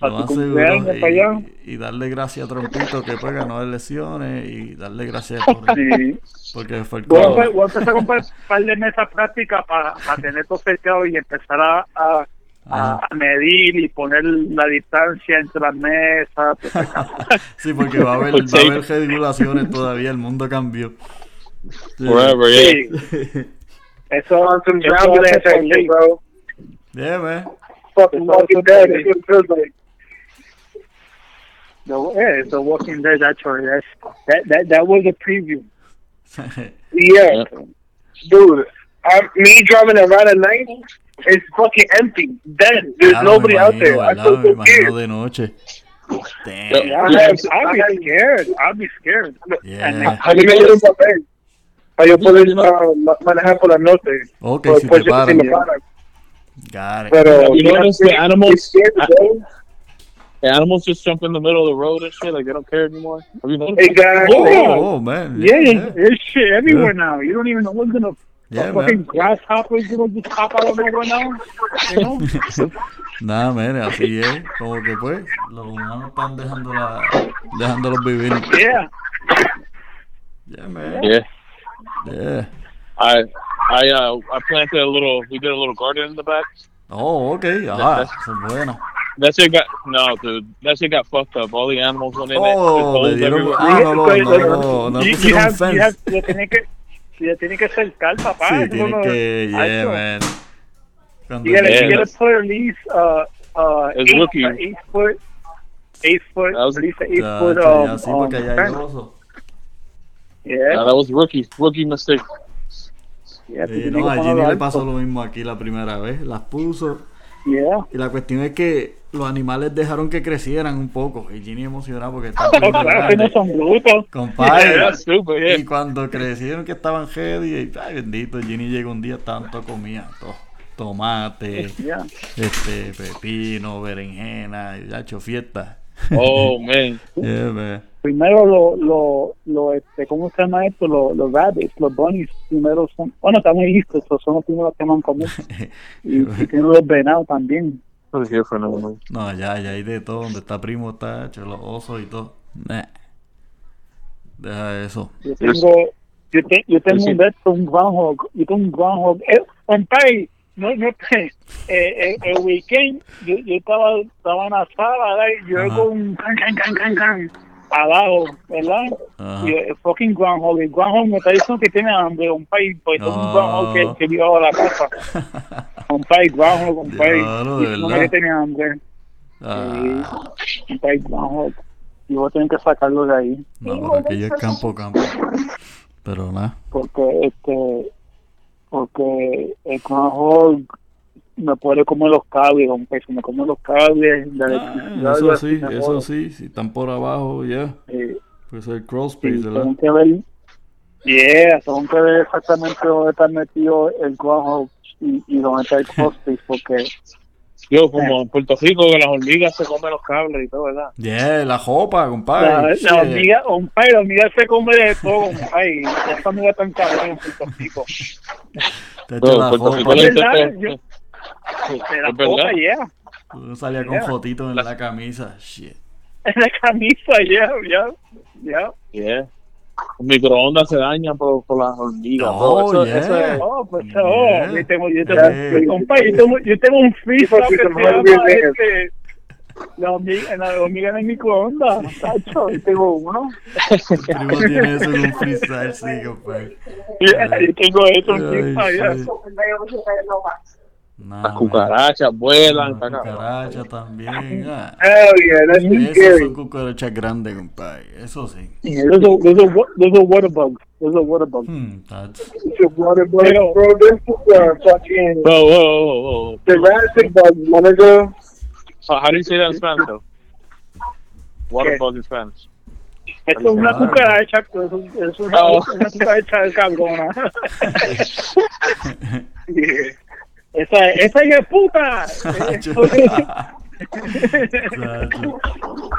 S1: Para
S2: lo
S1: tu
S2: más
S1: cumpleaños,
S2: seguro.
S1: para allá.
S2: Y, y darle gracias a Trompito que pues ganó las lesiones y
S1: <laughs>
S2: darle gracias por
S1: Sí. pues,
S2: porque fue el
S1: Voy a,
S2: color.
S1: empe- voy a empezar a comprar un par <laughs> de mesas prácticas para tener todo seteado y empezar a, a,
S2: Ah.
S1: a- a medir y poner la distancia entre las mesas.
S2: <laughs>
S1: pues, acá.
S2: <laughs> Sí, porque va a
S1: <laughs>
S2: haber,
S3: Pues
S2: va a
S3: sí.
S2: haber regulaciones todavía, el mundo cambió. Sí.
S3: forever, yeah.
S4: Hey,
S1: Eso
S4: on some
S1: eso
S4: ground
S1: hace
S4: glass
S1: por
S4: that
S1: ley.
S4: shit, bro.
S2: Yeah, <laughs> man.
S4: Fucking Walking Dead. That's what it feels like.
S1: The, yeah, it's a Walking Dead. Actually, that's that that that was a preview.
S4: Yeah, dude. I'm, me driving around at night is fucking empty. Dead. There's
S2: Claro,
S4: nobody
S2: me
S4: out
S2: imagino,
S4: there. I
S2: ¿verdad?
S4: feel
S2: Me
S4: so
S2: imagino
S4: scared.
S2: de noche. Damn.
S3: Yeah.
S1: I'd, I'd be scared. I'd be scared.
S2: Yeah.
S1: And
S4: I didn't know this was para yo poder ah, ma- manejar por la noche.
S2: Ok,
S4: Pues,
S2: si
S4: pues,
S2: te paran.
S4: me paran.
S2: Got it.
S4: Pero
S3: You notice the animals-
S4: It's scary,
S3: I-
S4: bro.
S3: The animals just jump in the middle of the road and shit. Like they don't care anymore. Have you noticed?
S4: Exactly.
S2: Oh, oh, man.
S1: Yeah,
S2: yeah.
S1: there's there's shit everywhere
S2: Yeah.
S1: now. You don't even know what's gonna
S2: Yeah,
S1: fucking
S2: man.
S1: grasshoppers gonna just pop out of nowhere now. You know?
S2: Nada, man, así es. Como que pues, los humanos están dejando la, dejándolos vivir.
S1: yeah.
S2: Yeah, man.
S3: Yeah.
S2: Yeah.
S3: I I uh I planted a little. We did a little garden in the back.
S2: Oh, ok. Ajá. Eso es bueno.
S3: That shit got no, dude. That shit got fucked up. All the animals went in it. There's
S2: Oh,
S3: holes
S2: le dieron.
S3: everywhere.
S2: Ah, no, no,
S1: Oye,
S2: no,
S1: oye,
S2: no, no
S1: you- you
S2: pusieron
S1: have- you have-
S2: fence.
S1: le tiene que le tiene que acercar, papá.
S2: Sí,
S1: Eso
S2: tiene
S1: no-
S2: que. Yeah,
S1: eso.
S2: man. Cuando-
S1: You gotta,
S3: Yeah.
S1: you gotta put at least uh uh
S3: It's
S1: eight,
S3: rookie.
S1: uh, eight foot, eight foot,
S3: That was-
S1: at least an eight
S2: Ya,
S1: foot.
S2: ya,
S1: Um,
S2: sí, porque
S1: um,
S2: allá hay
S1: fence.
S2: oso.
S3: No,
S1: yeah,
S3: that was rookie rookie mistake.
S1: yeah.
S2: Eh,
S1: tiene que
S2: no, a Ginny
S1: ponerlo
S2: le
S1: alto.
S2: pasó lo mismo aquí la primera vez. Las puso.
S1: Yeah.
S2: Y la cuestión es que los animales dejaron que crecieran un poco. Y Ginny emocionada porque está todo
S1: <laughs> Claro que no
S2: grande.
S1: son brutos. <laughs>
S2: Compadre.
S3: that's stupid. Yeah.
S2: <laughs> Y cuando crecieron que estaban heavy, y, ay bendito, Ginny llegó un día, tanto comía, to-
S1: <laughs>
S2: tomate,
S1: Yeah.
S2: este, pepino, berenjena, y ya hecho fiesta. <laughs> Eh,
S3: Oh man.
S2: Yeah, man.
S1: Primero lo, lo, lo, este, ¿cómo se llama esto? Lo- Los rabbits, los bunnies, primero son, bueno, también listos, pero son los primeros que van a
S2: <laughs>
S1: comer. Y, y tienen los venados también.
S3: I was here for another one.
S2: No, ya, ya hay de todo, donde está primo, está hecho los osos y todo. Nah. Deja eso.
S1: Yo tengo, yo, te- yo tengo un beto, un groundhog, yo tengo un groundhog. Eh, compadre, no, <laughs> no, eh, eh, el weekend, yo, yo estaba, estaba en la sala, ¿verdad? Y yo
S2: Ajá.
S1: con un can, can, can, can, can, abajo, ¿verdad?
S2: Ajá.
S1: Y el fucking groundhog, el groundhog me está diciendo que tiene hambre, compadre, pues es
S2: No.
S1: un groundhog que, que vive a la casa.
S2: <laughs>
S1: Compadre, groundhog, compadre.
S2: Diablo, de
S1: Y no
S2: verdad.
S1: que tenía hambre,
S2: Ah,
S1: compadre, groundhog. Y voy a tener que sacarlo de ahí.
S2: no, pero aquello es campo, campo. Pero nada.
S1: porque este porque el conejo me puede comer los cables un peso me come los cables la electricidad,
S2: Ah, eso
S1: yo
S2: sí,
S1: me
S2: eso
S1: jodo.
S2: sí, si están por abajo, ya.
S1: Eh,
S2: Pues el crawl
S1: sí,
S2: space, ¿verdad?
S1: eh, tengo que ver yeah tengo que ver exactamente dónde está metido el conejo y, y dónde está el costis
S2: <laughs>
S1: porque
S3: Yo
S1: Eh.
S3: como en Puerto Rico que las hormigas se comen los cables y todo, ¿verdad?
S2: Yeah, la jopa, compadre.
S1: la, la
S2: Shit.
S1: hormiga compadre, la hormiga se come de todo ay esa hormiga tan cabrón en Puerto Rico
S2: Te echa
S3: No,
S2: la
S3: Puerto Rico
S2: jopa.
S3: le
S1: ¿verdad?
S3: dice
S1: Yo- se la
S3: Es verdad.
S1: copa yeah <laughs>
S2: Uno salía con
S1: Yeah.
S2: fotitos en la camisa. Shit.
S1: en la camisa yeah yeah yeah
S3: Yeah. El microondas se daña por, por las hormigas.
S2: Oh,
S3: bro. Eso-
S2: yeah.
S3: eso es-
S1: Oh, pues oh,
S2: Yeah.
S1: yo tengo, yo tengo,
S2: Yeah.
S1: compa, yo tengo, yo tengo un freezer
S4: Porque
S1: que se
S4: se me olvidó
S1: llama
S4: eso.
S1: este, la hormiga, la hormiga en el microondas, tacho, yo tengo uno.
S2: El
S3: <laughs>
S2: primo tiene eso en un freestyle, sí, compadre.
S1: Yeah,
S2: É.
S1: yo tengo eso
S2: Ay,
S1: encima, ya.
S2: shit. Nah, man.
S3: Las cucarachas vuelan.
S2: Las
S3: para acá.
S2: cucarachas también. ah.
S4: Hell yeah, that's
S2: Esas
S4: scary.
S2: son cucarachas grandes, compadre. Eso sí.
S1: There's a, there's a, wa- there's a water bug, there's a water bug.
S2: Hmm, that's-
S4: It's a water bug, bro. This is uh, fucking
S3: Whoa, whoa, whoa, whoa, whoa.
S4: Jurassic bug, my nigga.
S3: Uh, how do you say that in Spanish, though? Water
S4: Okay.
S3: bug in Spanish.
S1: Esto es una
S2: Claro. <laughs>
S1: cucaracha, es, un- es una,
S3: Oh.
S1: una cucaracha cabrona.
S4: Yeah.
S1: esa, esa hija de é puta.
S3: <laughs>
S1: é
S2: Chacho.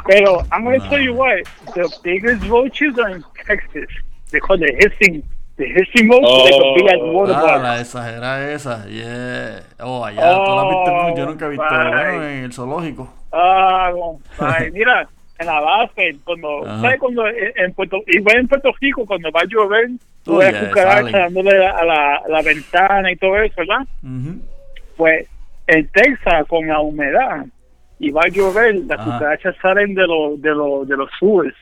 S1: Pero I'm gonna
S2: Nah.
S1: tell you why. The biggest roaches are in Texas. They call the hissing the hissing roach. Like a big ass
S3: Oh.
S1: water
S2: Ah,
S1: bug.
S2: la exagera esa, yeah. Oh, allá, tú la viste, mucho, yo nunca he visto,
S1: Oh,
S2: bueno,
S1: bye.
S2: en el zoológico.
S1: Ah,
S2: <laughs>
S1: compadre, mira, en la base, cuando,
S2: Ajá.
S1: ¿sabes cuando en en Puerto, igual en Puerto Rico, cuando va a llover, tú
S2: Oh,
S1: ves
S2: yeah,
S1: cucarachas
S2: salen.
S1: dándole a la, a la ventana y todo eso, ¿verdad?
S2: Ujú.
S1: Pues en Texas, con la humedad y va a llover, las
S2: Ajá.
S1: cucarachas salen de, los de, los de los sures.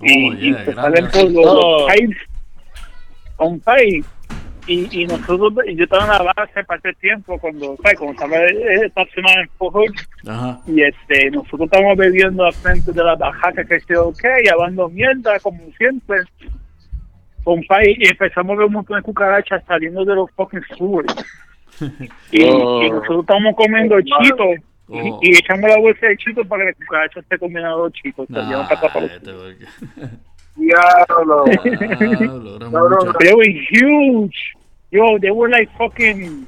S2: Oh,
S1: y, y
S2: yeah,
S1: se
S2: grande,
S1: salen por
S2: así.
S1: los,
S3: Oh.
S1: los pipes, con pipe. Y, y nosotros, y yo estaba en la base para ese tiempo, cuando, ¿sabes? cuando estaba eh, estacionado en Fort Hood,
S2: Ajá.
S1: y este, nosotros estamos bebiendo al frente de la bajaca que se ok, hablando mierda, como siempre. Compa, y y empezamos a ver un montón de cucarachas saliendo de los fucking sewers. Y,
S3: Oh.
S1: y nosotros estamos comiendo chitos y-
S2: Oh.
S1: y, echamos la bolsa de chitos para que las cucarachas se comieran los chitos.
S2: Nah,
S1: para acá, para los- <laughs>
S2: este, porque- Ah,
S4: Diablo.
S2: Diablo, era
S4: No, no,
S2: mucho.
S1: They were huge. Yo, they were like fucking.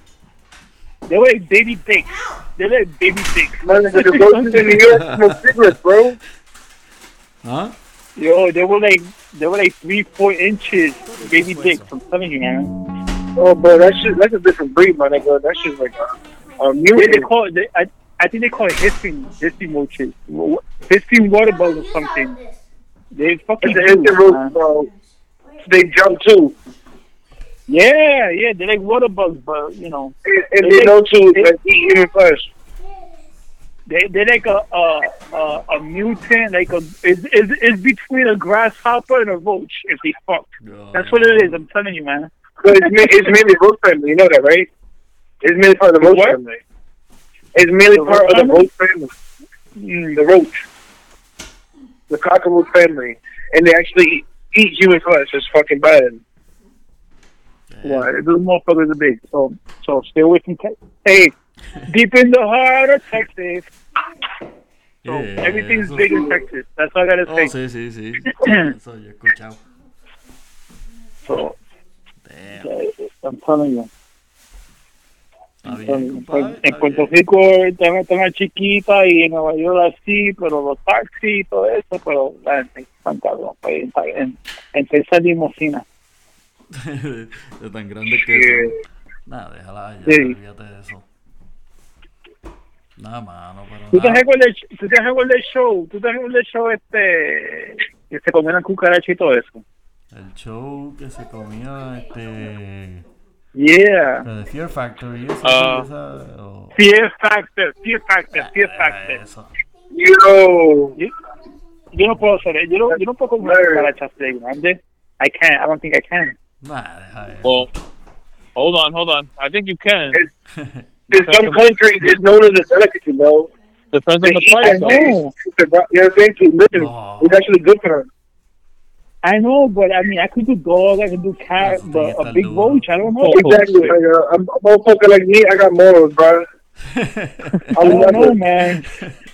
S1: They were like baby dicks. They were like baby dicks.
S4: Man, <laughs> if you're going to New York, no cigarettes, bro.
S2: ¿Ah?
S1: Yo, they were like they were like three, four inches baby dicks. I'm telling you, man.
S4: Oh, bro, that shit, that's a different breed, my nigga. That shit's like uh, a, a
S1: They, they
S4: mutant.
S1: call it. They, I, I think they call it hissing, hissing roaches, Wa- hissing water bugs or something. They fucking
S4: It's a
S1: huge,
S4: instant roast,
S1: man.
S4: bro. They jump too.
S1: Yeah, yeah, they like water bugs, but you know,
S4: And, and they know too, like, eat human flesh.
S1: they they like a a, a, a mutant, like a is is is between a grasshopper and a roach if they fuck. That's what it is. I'm telling you, man.
S4: But it's, ma- it's mainly roast family, you know that, right? It's mainly part of the roast
S1: What?
S4: family. It's mainly
S1: The
S4: part of the Hmm.
S1: roach
S4: roast family. The roach. The cockroach family. And they actually eat human flesh. It's fucking bad.
S1: Yeah, those motherfuckers are big. So so stay away from Texas. Hey, deep in the heart of Texas, so everything's big in Texas. That's all I gotta say.
S2: Oh, sí, sí,
S1: <clears throat>
S2: sí. Eso yo he escuchado.
S1: So
S2: Damn.
S1: uh, I'm telling you.
S2: Está bien,
S1: En,
S2: compadre.
S1: en
S2: está
S1: Puerto
S2: bien.
S1: Rico están están más chiquitas y en Nueva York así, pero los taxis y todo eso, pero la gente es tan cabrón. pues, en- En, en Texas limosina.
S2: <laughs> de tan grande que
S4: Yeah.
S2: son. Nada, déjala ya,
S1: Sí.
S2: olvídate de eso. Nada, mano, pero
S1: ¿Tú te
S2: nada.
S1: recuerdas el- tú te recuerdas el show? ¿Tú te recuerdas el show este que se comieron cucarachas y todo eso?
S2: El show que se comía este.
S1: Yeah.
S2: la de Fear Factory, eso.
S3: Ah.
S2: esa, o-
S1: Fear Factor, Fear Factor,
S2: Ah,
S1: Fear Factor.
S2: Eso.
S4: Yo!
S1: Yo no puedo hacer yo no, yo no puedo comer
S4: Nerd.
S1: cucarachas de grande. I can't, I don't think I can.
S2: Nada, deja eso.
S1: Oh. <laughs>
S3: Well, hold on, hold on. I think you can.
S4: In some countries, it's known as a delicacy, bro.
S3: Depends
S4: They
S3: on the
S4: eat
S3: price.
S4: that
S3: though. <laughs>
S4: thing. You know what I'm saying? To live.
S2: No.
S4: It's actually good for them.
S1: I know, but I mean, I could do dog, I could do cat,
S2: That's the
S1: but
S2: thing,
S1: a
S2: it's
S1: big
S2: a little-
S1: roach, I don't know.
S3: Oh,
S4: Exactly.
S3: shit.
S4: Like, uh, I'm a motherfucker like me, I got morals, bro.
S2: Oh,
S1: I
S4: I'm
S1: don't know,
S4: never-
S1: man.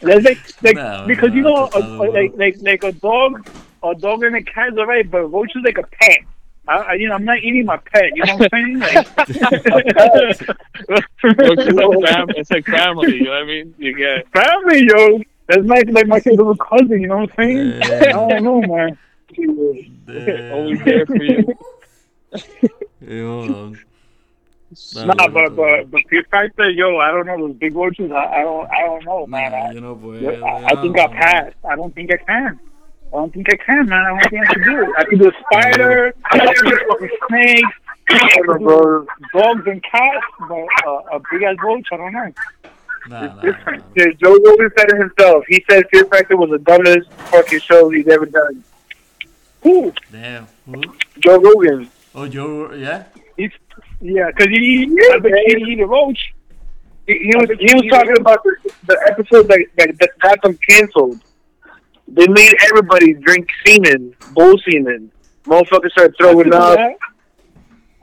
S1: That's
S2: <laughs>
S1: like, like
S2: No,
S1: because you
S2: no,
S1: know,
S2: it's
S1: a,
S2: not a
S1: a- like, like, like a dog, a dog and a cat is alright, but a roach is like a pet. I, I, you know, I'm not eating my pet. You know what I'm saying?
S2: <laughs>
S3: It's
S1: Like,
S3: like, fam- it's like family. You know what I mean? You get
S1: family, yo. That's my like my kid's little cousin. You know what I'm saying?
S2: Yeah.
S1: I don't know, man. <laughs>
S2: Damn.
S3: always there for you.
S2: Eh, hold on.
S1: Nah,
S2: Dale,
S1: but
S2: otro.
S1: but but Fear Factor, yo, I don't know those big roaches. I, I don't I don't know, man.
S2: Nah,
S1: I,
S2: yo no puedo.
S1: I, I think
S2: ya,
S1: I
S2: no.
S1: passed. I don't think I can. I don't think I can, man. I don't think I can do it. I can do a spider. I can do a fucking snake. I
S4: I
S1: can
S4: don't know,
S1: do
S4: bro.
S1: dogs and cats, but uh, a big ass roach, I don't know.
S2: Nah, nah,
S4: Different.
S2: nah.
S4: Yeah, Joe Rogan said it himself. He said Fear Factor was the dumbest fucking show he's ever done.
S1: Who?
S2: Damn. Who?
S4: Joe Rogan.
S2: Oh, yo, yeah.
S1: He's, yeah, because he, I bet he didn't eat a roach.
S4: He, he was he was talking about the, the episode that, that that got them canceled. They made everybody drink semen, bull semen. Motherfuckers started throwing up.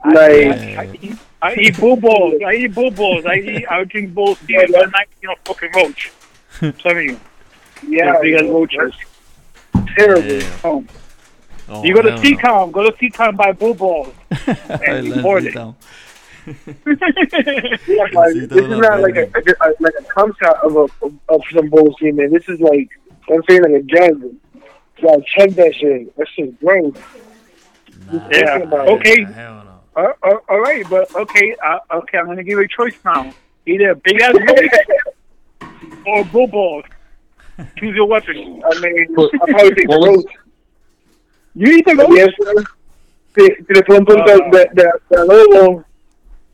S4: Like,
S1: I eat, I eat bull balls. I eat bull balls. I eat. I drink bull steak. I'm not, you know, fucking
S2: <laughs>
S1: roach. I'm telling you,
S4: yeah,
S1: big ass roaches.
S4: terrible.
S2: Damn.
S1: Oh.
S2: Oh,
S1: You go to
S2: hell no.
S1: Seacom. Go to Seacom. Buy bull
S2: <laughs>
S1: balls.
S2: I
S1: and
S2: left
S1: record
S2: it
S1: it.
S2: down.
S4: Yeah, like,
S2: see,
S4: this
S2: they're
S4: is not
S2: not
S4: like a,
S2: bad.
S4: a, a- like a cum shot of a of, of some bull semen. This is like I'm saying like a jug. Yeah, check that shit. That shit gross.
S2: Nah,
S1: Yeah,
S2: nah, nah,
S1: okay. <laughs>
S2: hell no. <laughs>
S1: Uh, uh, all right, but okay, uh, okay. I'm gonna give you a choice now. Either a big
S4: <laughs>
S1: ass roach or bull balls. Choose your weapon.
S4: I <laughs> mean,
S3: But-
S4: I probably think
S3: what
S4: gross.
S3: was-
S1: You eat the roach.
S4: Yes, sir. Sí, si le pregunto de, de, de, de nuevo,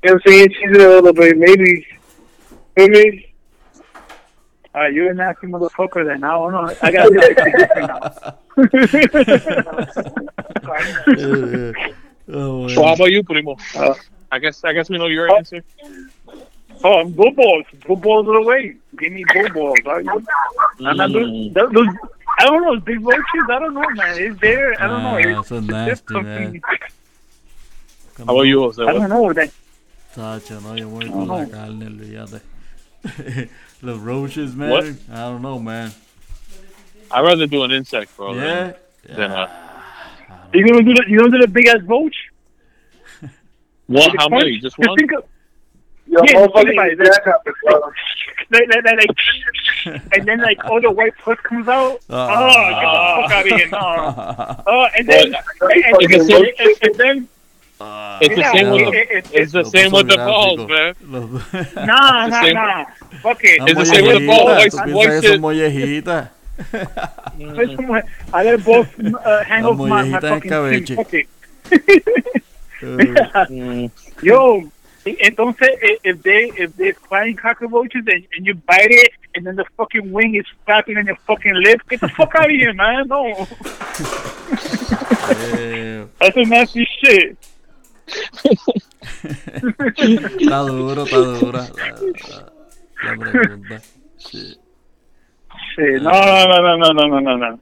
S4: yo sí, she's a little bit, maybe, maybe.
S1: All right, you're a nasty motherfucker. Then I don't know. I
S4: <laughs>
S1: gotta.
S2: Eh, eh. Oh,
S3: So how
S2: bueno.
S3: about you, Primo? Uh, I guess I guess we know your answer.
S1: Oh, I'm bull balls. Bull balls are the way. Give me bull balls. I,
S2: Mm.
S1: I'm not doing, those, those, I don't know. Big roaches? I don't know, man. Is there? I don't know.
S2: Ah,
S1: It's,
S2: so
S1: it's
S2: nasty,
S1: just something-
S2: man.
S3: How about you, Jose?
S1: I don't know. That,
S2: Tacho, no, yo voy con la
S1: Ajá.
S2: carne, olvídate. <laughs> Los roaches, man.
S3: What?
S2: I don't know, man.
S3: I'd rather do an insect, bro. than-
S2: yeah.
S3: Than,
S2: Yeah.
S3: uh,
S1: You gonna do the you gonna do the big ass roach?
S3: One, how many? Just <laughs> one?
S1: think of,
S4: Yo,
S1: Yeah,
S4: motherfucker,
S1: think about
S4: you
S1: it.
S4: jack up the club.
S1: like, like, like,
S2: <laughs>
S1: like, and then like all the white puss comes out. Oh,
S2: Ah.
S1: get the fuck out
S2: <laughs>
S1: of here! No. Oh, and then
S4: Well,
S1: and, and,
S4: fucking
S1: and,
S4: roach
S1: and, and then
S3: <laughs>
S2: Ah.
S3: It's the
S1: yeah,
S3: same with
S1: it-
S3: the-
S1: it- it-
S3: It's the
S2: Lo
S3: same
S2: puso
S3: with the
S2: gráfico.
S3: balls, man.
S2: Lo-
S1: Nah,
S3: It's the
S1: nah,
S3: same-
S1: nah. Fuck it.
S2: Son
S3: It's the same with
S2: mollejitas, tú
S3: balls, like
S2: piensas que
S3: voices.
S2: son <laughs> mollejitas.
S1: Put some- I let it both uh, hang
S2: La
S1: off my, my
S2: muñequita de
S1: fucking
S2: escabeche.
S1: team. Fuck it.
S2: Eh,
S1: <laughs>
S3: Mm.
S1: Yo, entonces i- if they if they're flying cockroaches and, and you bite it and then the fucking wing is flapping on your fucking lip, get the fuck out of here, man! No,
S2: eh,
S1: that's some nasty shit.
S2: Está duro, está dura. La, la- la pregunta. Sí.
S1: Shit, no, no, no, no, no, no, no, no.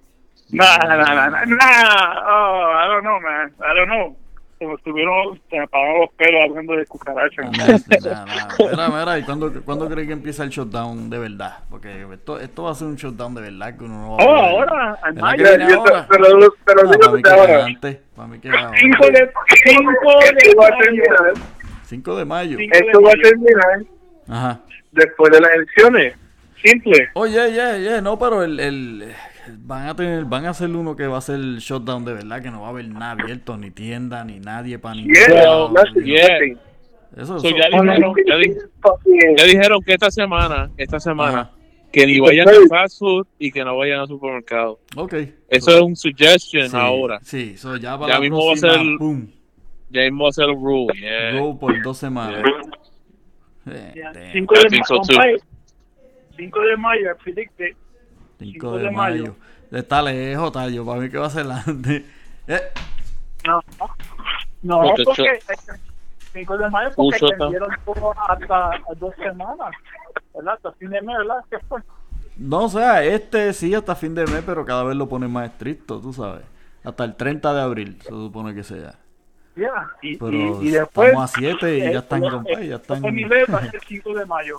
S1: Nah, nah, nah, nah, nah. Oh, I don't know, man. I don't know. Se me estuvieron, se me apagaron los pelos hablando de cucarachas.
S2: Nah, nah. Mira, mira, ¿y cuándo, cuándo crees que empieza el shutdown de verdad? Porque esto, esto va a ser un shutdown de verdad que uno
S1: Oh,
S2: no va a poder-
S1: ahora, al
S2: ¿Verdad que
S1: mayo.
S2: viene
S4: Yo te,
S2: ahora?
S4: te lo, te lo
S2: No,
S4: digo
S2: para mí
S4: desde
S2: que viene
S4: ahora.
S2: antes. Para mí que viene ahora.
S1: Cinco de, cinco de
S4: Esto Este va a
S1: mayo.
S4: terminar.
S2: 5 de mayo.
S1: Cinco.
S4: Esto va a terminar
S2: Ajá.
S4: después de las elecciones. Simple.
S2: Oye, yeah, yeah, no, pero el, el van a tener, van a hacer uno que va a ser el shutdown de verdad, que no va a haber nada abierto, ni tienda, ni nadie para ningún
S4: Yeah,
S2: lado.
S4: nothing,
S3: yeah.
S4: nothing.
S2: Eso,
S3: So
S2: eso-
S3: ya dijeron, ya, di-
S4: Fucking- uh,
S3: ya dijeron que esta semana, esta semana,
S2: Ajá.
S3: que ni vayan a fast food y que no vayan al supermercado.
S2: Ok.
S3: Eso es un suggestion
S2: Sí,
S3: ahora.
S2: Sí, eso ya para
S3: Ya
S2: la
S3: mismo va a
S2: próxima,
S3: ser el-
S2: boom,
S3: Ya mismo hacer un rule. Yeah.
S2: go por dos semanas. Eh,
S1: Yeah,
S2: damn,
S1: Cinco
S3: I
S1: de
S3: think so
S1: mayo.
S3: too.
S1: Cinco de mayo, I predict it.
S2: cinco de mayo. Está lejos, Tayo, para mí que va a ser antes. Eh,
S1: No, no,
S3: Porque
S1: porque cinco de mayo porque
S3: Puso tan-
S1: extendieron todo hasta dos semanas, ¿verdad? Hasta fin de mes, ¿verdad? ¿Qué fue?
S2: no, o sea, este sí hasta fin de mes, pero cada vez lo ponen más estricto, tú sabes. Hasta el 30 de abril, se supone que sea.
S1: Yeah. Y,
S2: Pero
S1: y, y después.
S2: estamos a 7 y
S1: eh,
S2: ya están
S1: el-
S2: con pay, ya están.
S1: El otro
S2: <laughs>
S1: nivel va a ser 5 de mayo.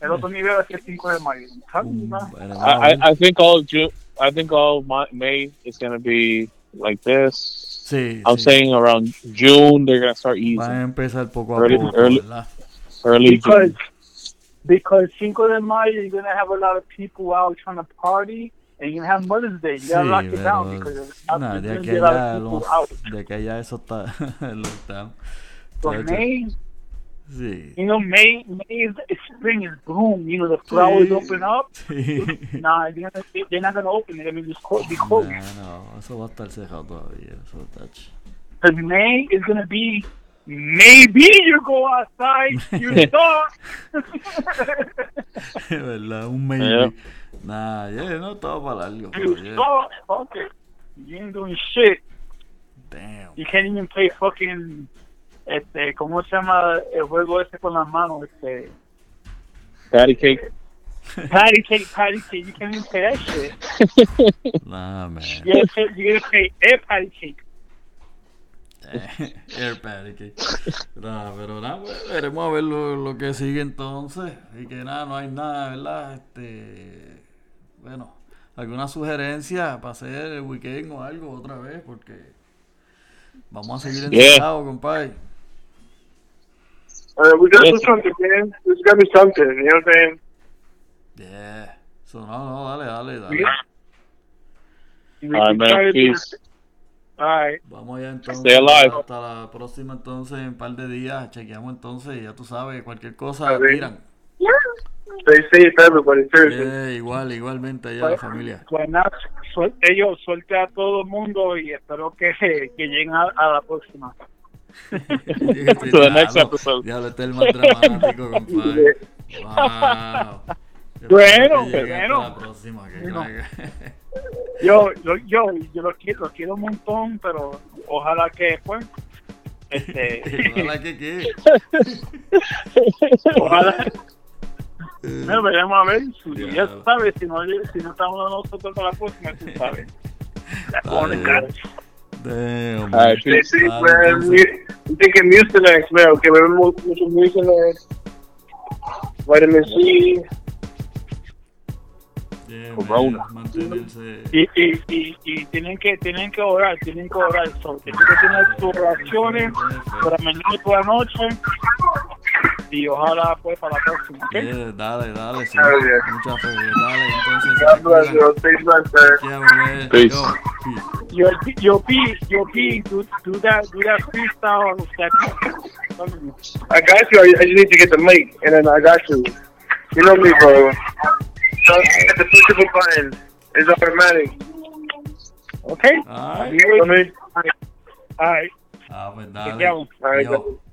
S1: El otro nivel va a ser 5 de mayo. ¿Sabes?
S2: Boom,
S1: No.
S2: bueno, vamos a
S3: I, I,
S2: ver.
S3: I think all of June, I think all of my, May is going to be like this.
S2: Sí,
S3: I'm
S2: sí.
S3: saying around June they're going to start
S2: Van
S3: easing.
S2: a empezar poco a
S3: Early-
S2: poco,
S3: early-
S2: ¿verdad?
S3: Early
S1: Because
S3: June.
S1: because Cinco de Mayo, you're gonna have a lot of people out trying to party, and you're gonna have Mother's Day. You gotta
S2: Sí,
S1: lock it down
S2: pero-
S1: because it's
S2: nah,
S1: there's
S2: de
S1: gonna
S2: aquí
S1: be a lot
S2: allá,
S1: of people
S2: los-
S1: out.
S2: de aquí allá eso <laughs> está el lockdown.
S1: So
S2: Todavía-
S1: May,
S2: Sí.
S1: you know, May, May is is spring is bloom. You know, the flowers
S2: Sí.
S1: open up.
S2: Sí. Mm,
S1: Nah, they're, gonna, they- they're not gonna open. They're gonna be just closed. Be closed.
S2: Nah, no, eso va a estar cerrado todavía, eso está <laughs> ch-
S1: Because May is gonna be maybe you go outside.
S2: <laughs>
S1: You saw.
S2: É ¿Verdad? Un maybe.
S3: Yeah.
S2: Nah, yeah, no estaba para largo. pero
S1: You
S2: yeah,
S1: saw. Fuck it. You ain't doing shit.
S2: damn.
S1: You can't even play fucking este, ¿cómo se llama el juego ese con las manos? Este,
S3: Patty cake.
S1: patty cake, patty cake. You can't even play that shit.
S2: Nah, man.
S1: You gotta play, you gotta play air patty cake.
S2: Eh, <laughs> Air Pancake. Nada, pero nada, pues, veremos a ver lo, lo que sigue entonces. Y que nada, no hay nada, ¿verdad? Este, bueno, alguna sugerencia para hacer el weekend o algo otra vez, porque vamos a seguir
S3: Yeah.
S2: encerrados, compadre.
S4: Uh, we gotta do
S3: Yes.
S4: something, man. There's gotta be something. You know what I'm saying?
S2: Yeah. So, no, no, dale, dale, dale.
S1: We
S3: All
S1: can
S3: right,
S1: try
S3: man.
S1: to do
S3: Peace.
S1: it. All right.
S2: Vamos allá entonces.
S3: Stay alive.
S2: Hasta la próxima entonces, en un par de días. Chequeamos entonces, ya tú sabes, cualquier cosa,
S4: bien.
S2: tiran.
S4: Stay safe, everybody. Seriously.
S2: Yeah, igual, igualmente allá la familia.
S1: Bueno, suel- ellos suelte a todo el mundo y espero que, que lleguen a, a la próxima.
S3: To the next episode.
S2: Este, Diablo, este es el más
S1: <laughs>
S2: dramático, compadre. Wow.
S1: Bueno,
S2: Espero que llegue
S1: bueno.
S2: hasta La próxima, que
S1: Bueno.
S2: caiga.
S1: Yo, yo, yo, yo los quiero, los quiero un montón, pero ojalá que después, este,
S2: <laughs> Ojalá que quede.
S1: <laughs> ojalá.
S2: Eh.
S1: No, veremos a ver. Si,
S2: Ya.
S1: ya sabes, si no, si no estamos nosotros para la próxima, tú sabes.
S2: Dale.
S1: Claro.
S2: Damn.
S3: All right,
S4: Stay
S3: peace.
S4: safe,
S1: pues,
S2: Ah,
S4: man.
S2: entonces.
S4: Mu- I'm thinking Mucinex, man. Okay, we're mucho Mucinex. Vitamin C.
S2: Yeah,
S3: Corona.
S2: man, eh, mantenerse.
S1: Y, y, y, y tienen que tienen que orar, tienen que orar, so, tienen que tener sus oraciones para mañana y por la noche y ojalá pues para la próxima, ¿ok?
S2: Yeah, dale, dale, sí.
S4: Oh, yeah.
S2: Mucha fe, dale. Entonces,
S4: God bless you. Stay blessed, sir.
S2: Yeah, man.
S3: Peace.
S2: Yo, peace.
S1: Yo, yo, P, yo, P, do, do that, do that freestyle that.
S4: I got you. I, I just need to get the mic, and then I got you. You know me, bro. Don't hit the push of a button. It's automatic.
S1: Okay.
S2: All right.
S4: You know me?
S1: All right.
S2: Ah, pues dale.
S1: Chequeamos.
S4: All right,
S2: Yo.
S4: go.